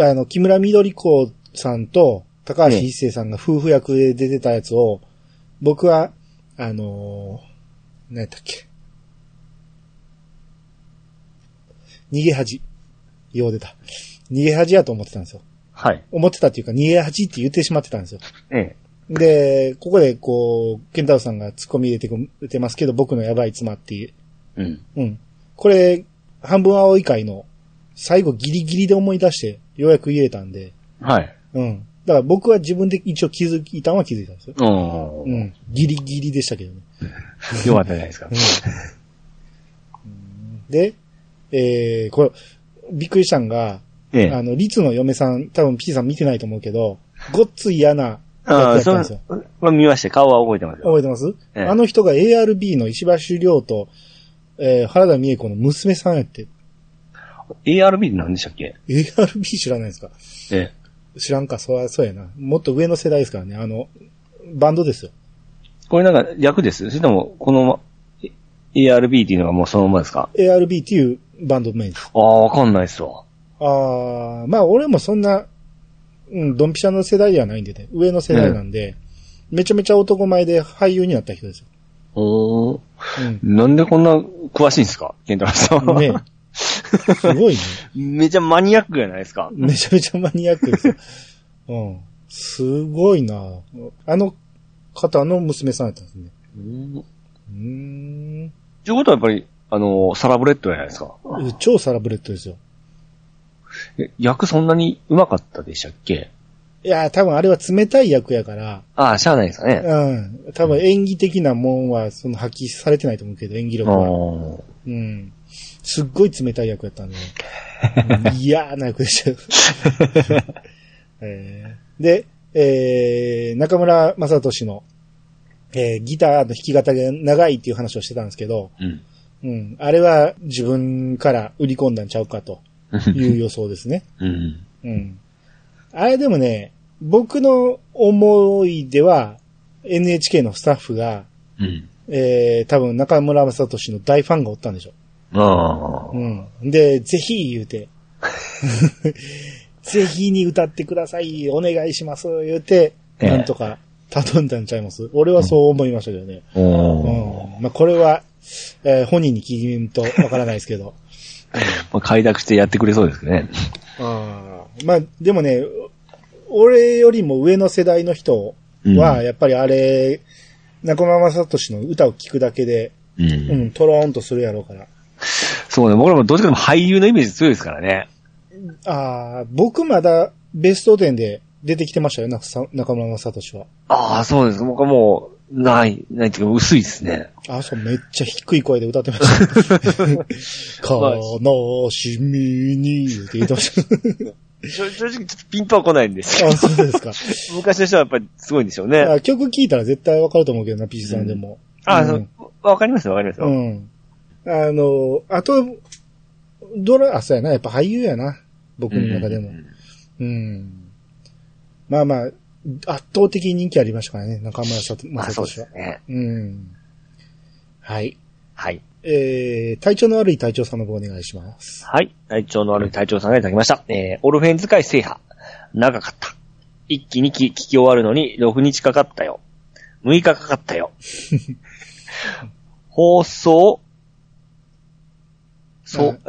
S1: あの、木村みどり子さんと高橋一生さんが夫婦役で出てたやつを、僕は、あのー、何やったっけ。逃げ恥。よう出た。逃げ恥やと思ってたんですよ。
S2: はい。
S1: 思ってたっていうか、逃げ恥って言ってしまってたんですよ。
S2: ええ。
S1: で、ここでこう、ケンタロウさんが突っ込み入れてくれてますけど、僕のやばい妻っていう。
S2: うん。
S1: うん。これ、半分青い回の最後ギリギリで思い出して、ようやく言えたんで、
S2: はい。
S1: うん。だから僕は自分で一応気づいたのは気づいたんですよ。
S2: う。
S1: うんん。ギリギリでしたけどね。
S2: よかったじゃないですか。
S1: で、えー、これ、びっくりしたんが、
S2: ええ
S1: あ。の、リツの嫁さん、多分 P さん見てないと思うけ ど、ごっつい嫌な
S2: あ
S1: や
S2: あ、
S1: つだったんです
S2: そ
S1: よ
S2: う。。まあ見ました。顔は覚えてますよ。
S1: 覚えてます、
S2: ええ
S1: あの人が ARB の石橋亮と、えー、原田美恵子の娘さんやって、
S2: ARB って何でしたっけ
S1: ARB 知らないですか
S2: ええ。
S1: 知らんか、そら、そうやな。もっと上の世代ですからね。あの、バンドですよ。
S2: これなんか役ですそれとも、このま、え ARB っていうのがもうそのままですか
S1: ARB っていうバンド名です。
S2: ああ、わかんないっすわ。
S1: あー、まあ俺もそんな、うん、ドンピシャの世代ではないんでね。上の世代なんで、めちゃめちゃ男前で俳優になった人ですよ。
S2: おー
S1: うん。
S2: なんでこんな詳しいんですかケンタロウさんは。
S1: ねすごいね。
S2: めちゃマニアックじゃないですか。
S1: めちゃめちゃマニアックですよ。うん。すごいなあの方の娘さんやったんですね。
S2: うん
S1: うーん。
S2: ということはやっぱり、あの、サラブレッドじゃないですか。
S1: 超サラブレッドですよ。
S2: え役そんなに上手かったでしたっけ
S1: いやー、多分あれは冷たい役やから、
S2: ああ、しゃあないですかね。
S1: うん。多分演技的なもんは、その発揮されてないと思うけど、演技
S2: あ
S1: 力は。
S2: ー
S1: うん。すっごい冷たい役やった んで。うん嫌な役でしたよ、 えーで、えー、中村雅俊の、えーギターの弾き方が長いっていう話をしてたんですけど、
S2: うん。
S1: うん。あれは自分から売り込んだんちゃうかという予想です ね。
S2: うん。
S1: うん。あれでもね、僕の思いでは、NHK のスタッフが、
S2: うん。
S1: えー、多分中村雅俊の大ファンがおったんでしょ。
S2: ああ。
S1: うん。で、ぜひ言う て、ぜひに歌ってください、お願いします、言うて、
S2: ええ
S1: なんとか頼んだんちゃいます。俺はそう思いましたけどね。
S2: おー
S1: うん。まあ、これは、えー本人に聞いとわからないですけど。
S2: まあ、快諾してやってくれそうですね。
S1: ああ。まあ、でもね、俺よりも上の世代の人は、
S2: うん
S1: やっぱりあれ、中間正俊の歌を聴くだけで、
S2: う。
S1: うんん、トローンとするやろうから。
S2: そうね。僕らもどっちかでも俳優のイメージ強いですからね。
S1: ああ、僕まだベスト10で出てきてましたよ、なさ中村正俊は。
S2: ああ、そうです。僕はもう、ない、ないっていうか、薄いですね。
S1: ああ、そう、めっちゃ低い声で歌ってました。 悲しみに、って言ってました。
S2: 正直、ちょっとピントは来ないんですけ
S1: ああ、そうですか。
S2: ど、昔の人はやっぱりすごいんでしょうね。
S1: あ曲聴いたら絶対わかると思うけどな、ピチさんでも。
S2: あ、
S1: うん
S2: そうわかりますよ、わかりますよ。
S1: うん。あの、あと、ドラ、あ、そうやな、やっぱ俳優やな。僕の中でも。うん。まあまあ、圧倒的に人気ありましたからね、中村さと、
S2: まあ、
S1: 正
S2: そうで
S1: 俊は
S2: す。ね。
S1: うん。はい。
S2: はい。
S1: えー、体調の悪い隊長さんの方お願いします。
S2: はい。体調の悪い隊長さんがいただきました。えー、オルフェン使い制覇。長かった。一期二期聞き終わるのに6日かかったよ。6日かかった よ。放送、そう、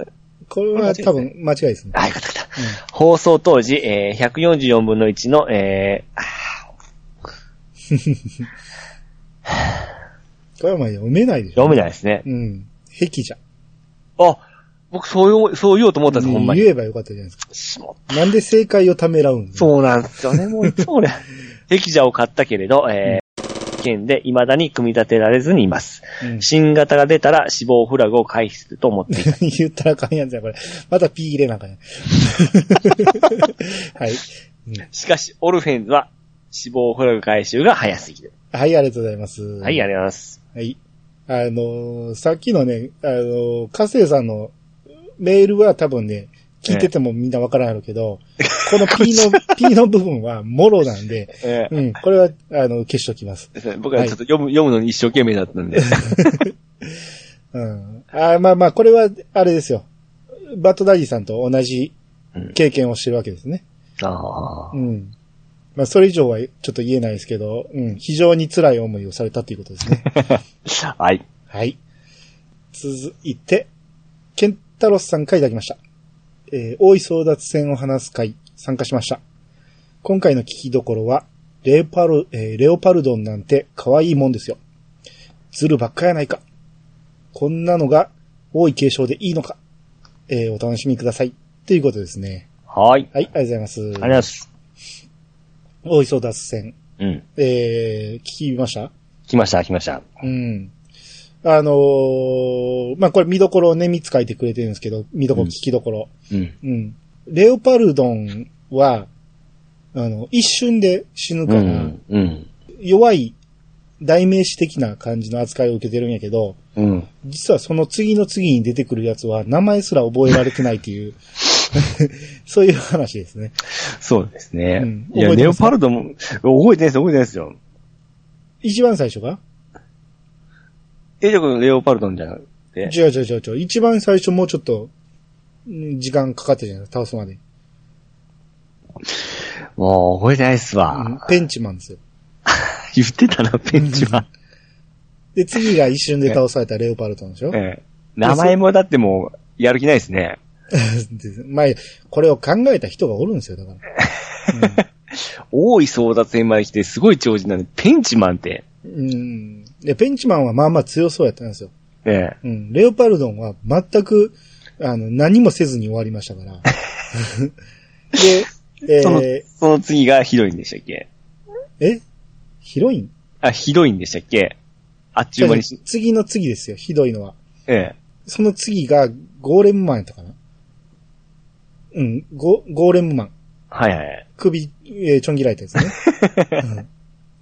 S1: これは多分間違いですね。
S2: あ、よかったよかった。放送当時、えー、144分の1の、えー、あ
S1: これはまあ読めないでしょ。
S2: 読めないですね。
S1: うん。壁じゃ。
S2: あ、僕そう言おう、そう言おうと思ったんです、ほんまに。
S1: 言えばよかったじゃないです
S2: しも
S1: か。なんで正解をためらうんう。
S2: そうなんですよね、 もういつもね。駅じゃを買ったけれど、えー、県で未だに組み立てられずにいます。
S1: うん
S2: 新型が出たら死亡フラグを回避すると思って いた。
S1: 言ったらあかんやつや、これ。また P 入れなあ かんやん。はい。
S2: しかし、オルフェンズは死亡フラグ回収が早すぎる。
S1: はい、ありがとうございます。
S2: は、
S1: はい
S2: あ
S1: あ
S2: りがとうございます。
S1: はい。あのーさっきのね、あのー、カセイさんのメールは多分ね、聞いててもみんなわからんやろうけど、この P の、P の部分はもろなん で、
S2: えー
S1: うん、これは、あの、消しときます。
S2: 僕はちょっと読む、読むのに一生懸命だったんで。
S1: うん。あーまあまあ、これは、あれですよ。バットダディさんと同じ経験をしてるわけですね。
S2: ああ
S1: う。ん。まあ、それ以上はちょっと言えないですけど、うん、非常に辛い思いをされたということですね。
S2: はい。
S1: はい。続いて、ケンタロスさんからいただきました。えー大井争奪戦を話す会、参加しました。今回の聞きどころは、レオパル、えーレオパルドンなんて可愛いもんですよ。ズルばっかやないか。こんなのが多い継承でいいのか。えーお楽しみください。ということですね。
S2: はい。
S1: はい、ありがとうござい
S2: ありがとうご
S1: ま
S2: ざい
S1: す。
S2: ます。
S1: 大井争奪戦。
S2: うん。
S1: えー聞きました
S2: 来ました、来ました。
S1: うん。あのーまあ、これ見どころをね、3つ書いてくれてるんですけど、見どころ、聞きどころ。
S2: うん。
S1: うん。レオパルドンは、あの、一瞬で死ぬ
S2: う
S1: から、
S2: ん。うん。
S1: 弱い代名詞的な感じの扱いを受けてるんやけど、
S2: うん。
S1: 実はその次の次に出てくるやつは名前すら覚えられてないっていう、 そういう話ですね。
S2: そうですね。
S1: うん
S2: いや、
S1: 覚えて
S2: レ
S1: ま
S2: オ
S1: すか
S2: パルドも、覚えてないですよ、覚えてないですよ。
S1: 一番最初が
S2: え、じゃあこのレオパルドンじゃなくて。
S1: 違う違う違う違う。一番最初もうちょっと、うん時間かかったじゃないですか、倒すまで。
S2: もう覚えてないっすわ。
S1: うんペンチマンですよ。
S2: 言ってたな、ペンチは。
S1: で、次が一瞬で倒されたレオパルトンでしょで
S2: ええ名前もだってもう、やる気ないですね。
S1: まあ、これを考えた人がおるんですよ、だから。
S2: 多い争奪戦まで来て、すごい超人なんで、ペンチマンって。
S1: うん。うんで、ペンチマンはまあまあ強そうやったんですよ。
S2: ええ
S1: うん。レオパルドンは全く、あの、何もせずに終わりました から。で、
S2: その
S1: え、
S2: その次がヒロインでしたっけ
S1: ーえヒロイン
S2: あ、ヒロインでしたっけあっちゅう間にし、
S1: 次の次ですよ、ひどいのは。
S2: ええ
S1: その次が、ゴーレムマンやったかなうん、ゴ、ゴーレムマン。
S2: はいはい。
S1: 首、えーちょん切られたやつね、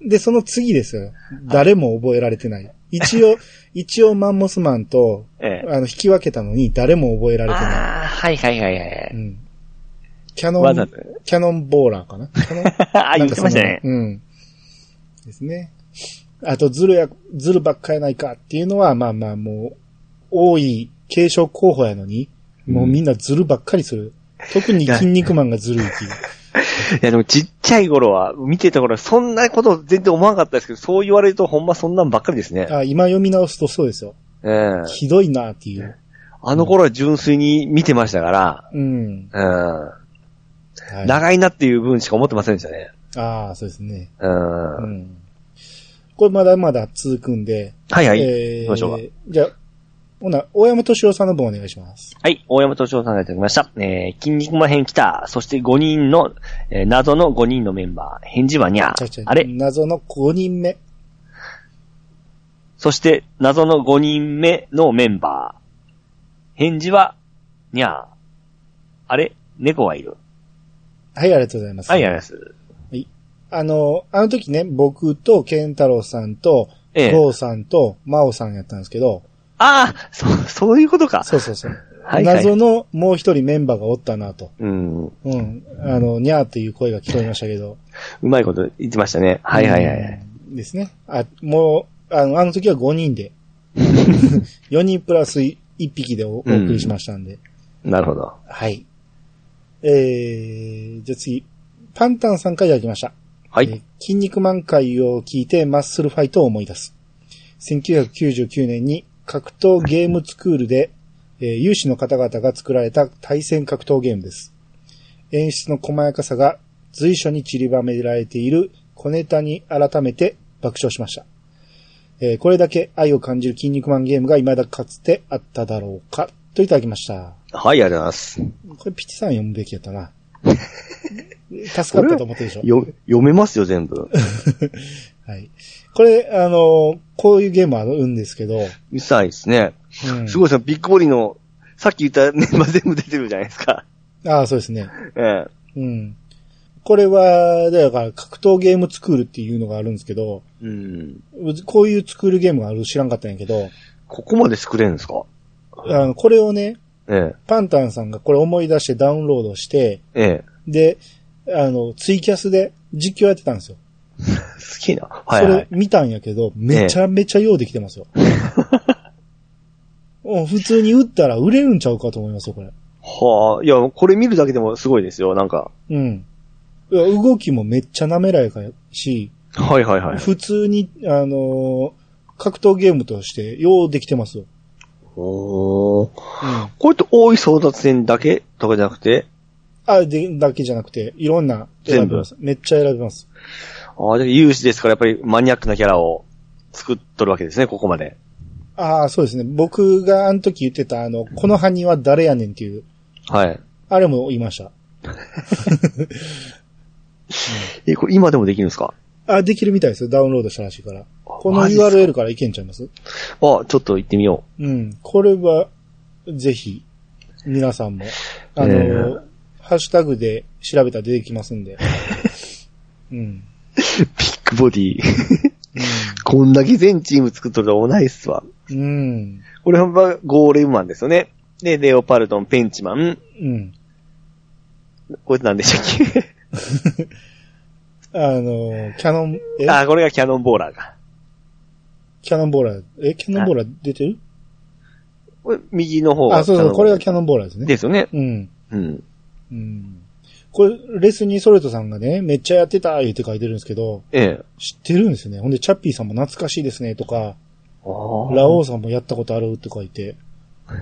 S1: うんで、その次ですよ。誰も覚えられてない。一 応、一応マンモスマンと、
S2: ええ
S1: あの、引き分けたのに誰も覚えられてな。
S2: ああ、はいはいはいはい
S1: う
S2: い。
S1: ん、キャノ
S2: わざと
S1: ン、。キャノンボーラーかなキャノンな
S2: あ、言
S1: ん
S2: っ
S1: かそ
S2: てま
S1: の
S2: したね。
S1: うん。ですね。あと、ズルや、ズルばっかやないかっていうのは、まあまあもう、多い継承候補やのに、もうみんなズルばっかりする。特に筋肉マンがズルいっていう。
S2: いやでもちっちゃい頃は、見てた頃はそんなこと全然思わなかったですけど、そう言われるとほんまそんなんばっかりですね。
S1: あ今読み直すとそうですよ。
S2: ええ
S1: ひどいなっていう。
S2: あの頃は純粋に見てましたから、
S1: うん。
S2: うん。
S1: はい、
S2: 長いなっていう分しか思ってませんでしたね。
S1: ああ、そうですね。
S2: うん。
S1: う
S2: はい
S1: ん。これまだまだ続くんで。
S2: はい。
S1: え
S2: 行きましょうか
S1: ー、じゃあ、ほな、大山敏夫さんの分お願いします。
S2: はい、大山敏夫さんがいただきました。えー、筋肉マン編来た。そして5人の、えー謎の5人のメンバー。返事はにゃ
S1: ちゃちゃ。
S2: あれ
S1: 謎の5人目。
S2: そして謎の5人目のメンバー。返事はにゃあれ猫がいる。
S1: はい、ありがとうございます。
S2: はい、ありがとうございます。
S1: あの、あの時ね、僕と健太郎さんと、
S2: ええ
S1: ゴーさんと、真央さんやったんですけど、
S2: ああ、そう、そういうことか。
S1: そうそうそう。
S2: はい、はい。
S1: 謎のもう一人メンバーがおったなと。
S2: うん。う
S1: うん。あの、にゃーっていう声が聞こえましたけど。
S2: まいこと言ってましたね。はいはいはいはい。
S1: うん。ですね。あ、もう、あの、あの時は5人で4人プラス1匹でおお送りしましたんで。
S2: なるほど。
S1: はい。えー、じゃあ次、パンタンさんからいただきました。
S2: は
S1: えー
S2: い。
S1: 筋肉満開を聞いてマッスルファイトを思い出す。1999年に格闘ゲームスクールで、えー有志の方々が作られた対戦格闘ゲームです。演出の細やかさが随所に散りばめられている小ネタに改めて爆笑しました。えーこれだけ愛を感じる筋肉マンゲームが未だかつてあっただろうか、といただきました。
S2: はい、ありがとうございます。
S1: これピチさん読むべきやった な。助かったと思ってるでしょ
S2: よ、読めますよ、全 部。
S1: はい。これ、あの、こういうゲームあるんですけど、
S2: うるさいですね。
S1: うん
S2: すごいですね、ビッグボディの、さっき言ったメンバー全部出てるじゃないですか。
S1: ああ、そうですね。
S2: え
S1: うん。これは、だから格闘ゲームスクールっていうのがあるんですけど、
S2: え。うん。
S1: こういうスクールゲームがある知らんかったんやけど、
S2: ここまで作れるんですか
S1: あのこれをね、
S2: え
S1: パンタンさんがこれ思い出してダウンロードして、
S2: え。ええ。
S1: で、あの、ツイキャスで実況やってたんですよ。
S2: 好きな。はい
S1: そ
S2: は
S1: れ
S2: い。
S1: 見たんやけど、めちゃめちゃようできて ますよ。もう普通に打ったら売れるんちゃうかと思いますよ、これ。
S2: はあ。いや、これ見るだけでもすごいですよ、なんか。
S1: うん。いや動きもめっちゃ滑らかやし、
S2: はいはいはい。
S1: 普通に、あのー格闘ゲームとしてようできてますよ。
S2: おー。
S1: うん。
S2: これって大井争奪戦だけとかじゃなくて、
S1: あ、で、だけじゃなくて、いろんな選べます。めっちゃ選べます。
S2: ああ、で有志ですからやっぱりマニアックなキャラを作っとるわけですね、ここまで。
S1: ああ、そうですね。僕があの時言ってた、あの、この犯人は誰やねんっていう、
S2: はい。
S1: あれも言いました。
S2: え、これ今でもできるんですか
S1: あ、できるみたいですよ。ダウンロードしたらしいから。この
S2: マジっすか
S1: URL からいけんちゃいます
S2: あ、ちょっと行ってみよ
S1: うん。これは、ぜひ、皆さんも、あの、
S2: え
S1: ハッシュタグで調べたら出てきますんで。 うん。
S2: う。ビッグボディ。 こんだけ全チーム作っとるとないっすわ。
S1: うん。うん。
S2: これはゴーレムマンですよね。で、レオパルトン、ペンチマン。
S1: うん。
S2: これなんでしたっけ
S1: あの、キャノン、え
S2: あ、これがキャノンボーラーか。
S1: キャノンボーラー、えキャノンボーラー出てる
S2: これ右の方が。
S1: あ、そうそう、これがキ
S2: ャ
S1: ャノンボーラーです
S2: ノ
S1: ね。
S2: ンボーラーですよね。
S1: うん。
S2: うん。
S1: うん。これ、レスニー・ソレトさんがね、めっちゃやってた、言って書いてるんですけど、
S2: ええ。
S1: 知ってるんですよね。ほんで、チャッピーさんも懐かしいですね、とか、ラ
S2: あ
S1: オウさんもやったことあるって書いて、
S2: あ、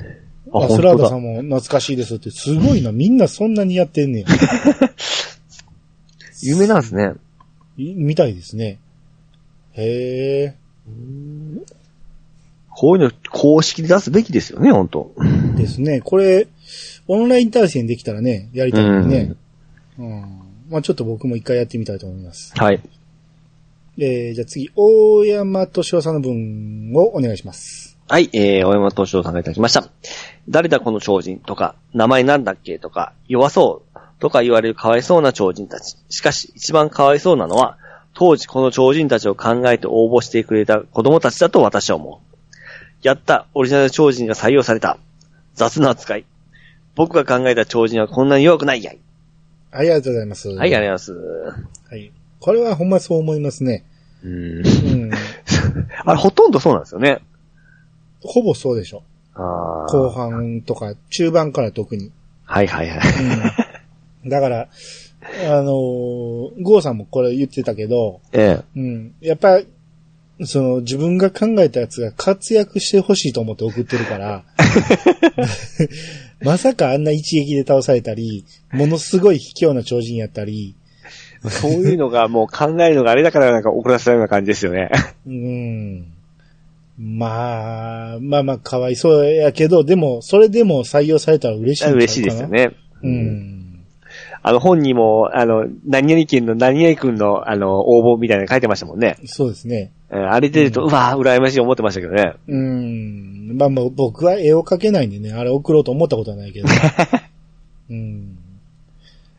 S1: あ、
S2: 本
S1: スラー
S2: 当
S1: ダさ
S2: だ。
S1: んも懐かしいですって、すごいな、みんなそんなにやってんね や。
S2: 有名なんですね。
S1: いみたいですね。へえ、
S2: こういうの公式で出すべきですよね、本当
S1: ですね。これ、オンライン対戦できたらね、やりたいのにね。うん。まあちょっと僕も一回やってみたいと思います。
S2: はい。
S1: えー、じゃあ次、大山敏夫さんの分をお願いします。
S2: はい、えー、大山敏夫さんがいただきました。誰だこの超人とか、名前なんだっけとか、弱そうとか言われるかわいそうな超人たち。しかし、一番かわいそうなのは、当時この超人たちを考えて応募してくれた子供たちだと私は思う。やった、オリジナル超人が採用された。雑な扱い。僕が考えた超人はこんなに弱くないやい。
S1: ありがとうございます。
S2: はい、あ
S1: はい。
S2: りがとうございます。
S1: これはほんまそう思いますね。
S2: うん。
S1: うん。
S2: あれ、ほとんどそうなんですよね。
S1: ほぼそうでしょ。
S2: ああ。
S1: 後半とか、中盤から特に。
S2: はいはいはい。
S1: うん。だから、あのーゴーさんもこれ言ってたけど、
S2: え
S1: うん。やっぱ、その自分が考えたやつが活躍してほしいと思って送ってるから、 まさかあんな一撃で倒されたり、ものすごい卑怯な超人やったり、
S2: え。そういうのがもう考えるのがあれだからなんか怒らせたような感じですよね。
S1: うん。まあ、まあまあ、かわいそうやけど、でも、それでも採用されたら嬉しいんちゃうかな
S2: 嬉しいですよ。ね。
S1: うん。
S2: あの本にも、あの、何々県の何々君の、あの、応募みたいなの書いてましたもんね。
S1: そうですね。
S2: うんあれ出ると、うわぁ、羨ましい思ってましたけどね。
S1: うん。まあまあ、僕は絵を描けないんでね、あれ送ろうと思ったことはないけど。うん。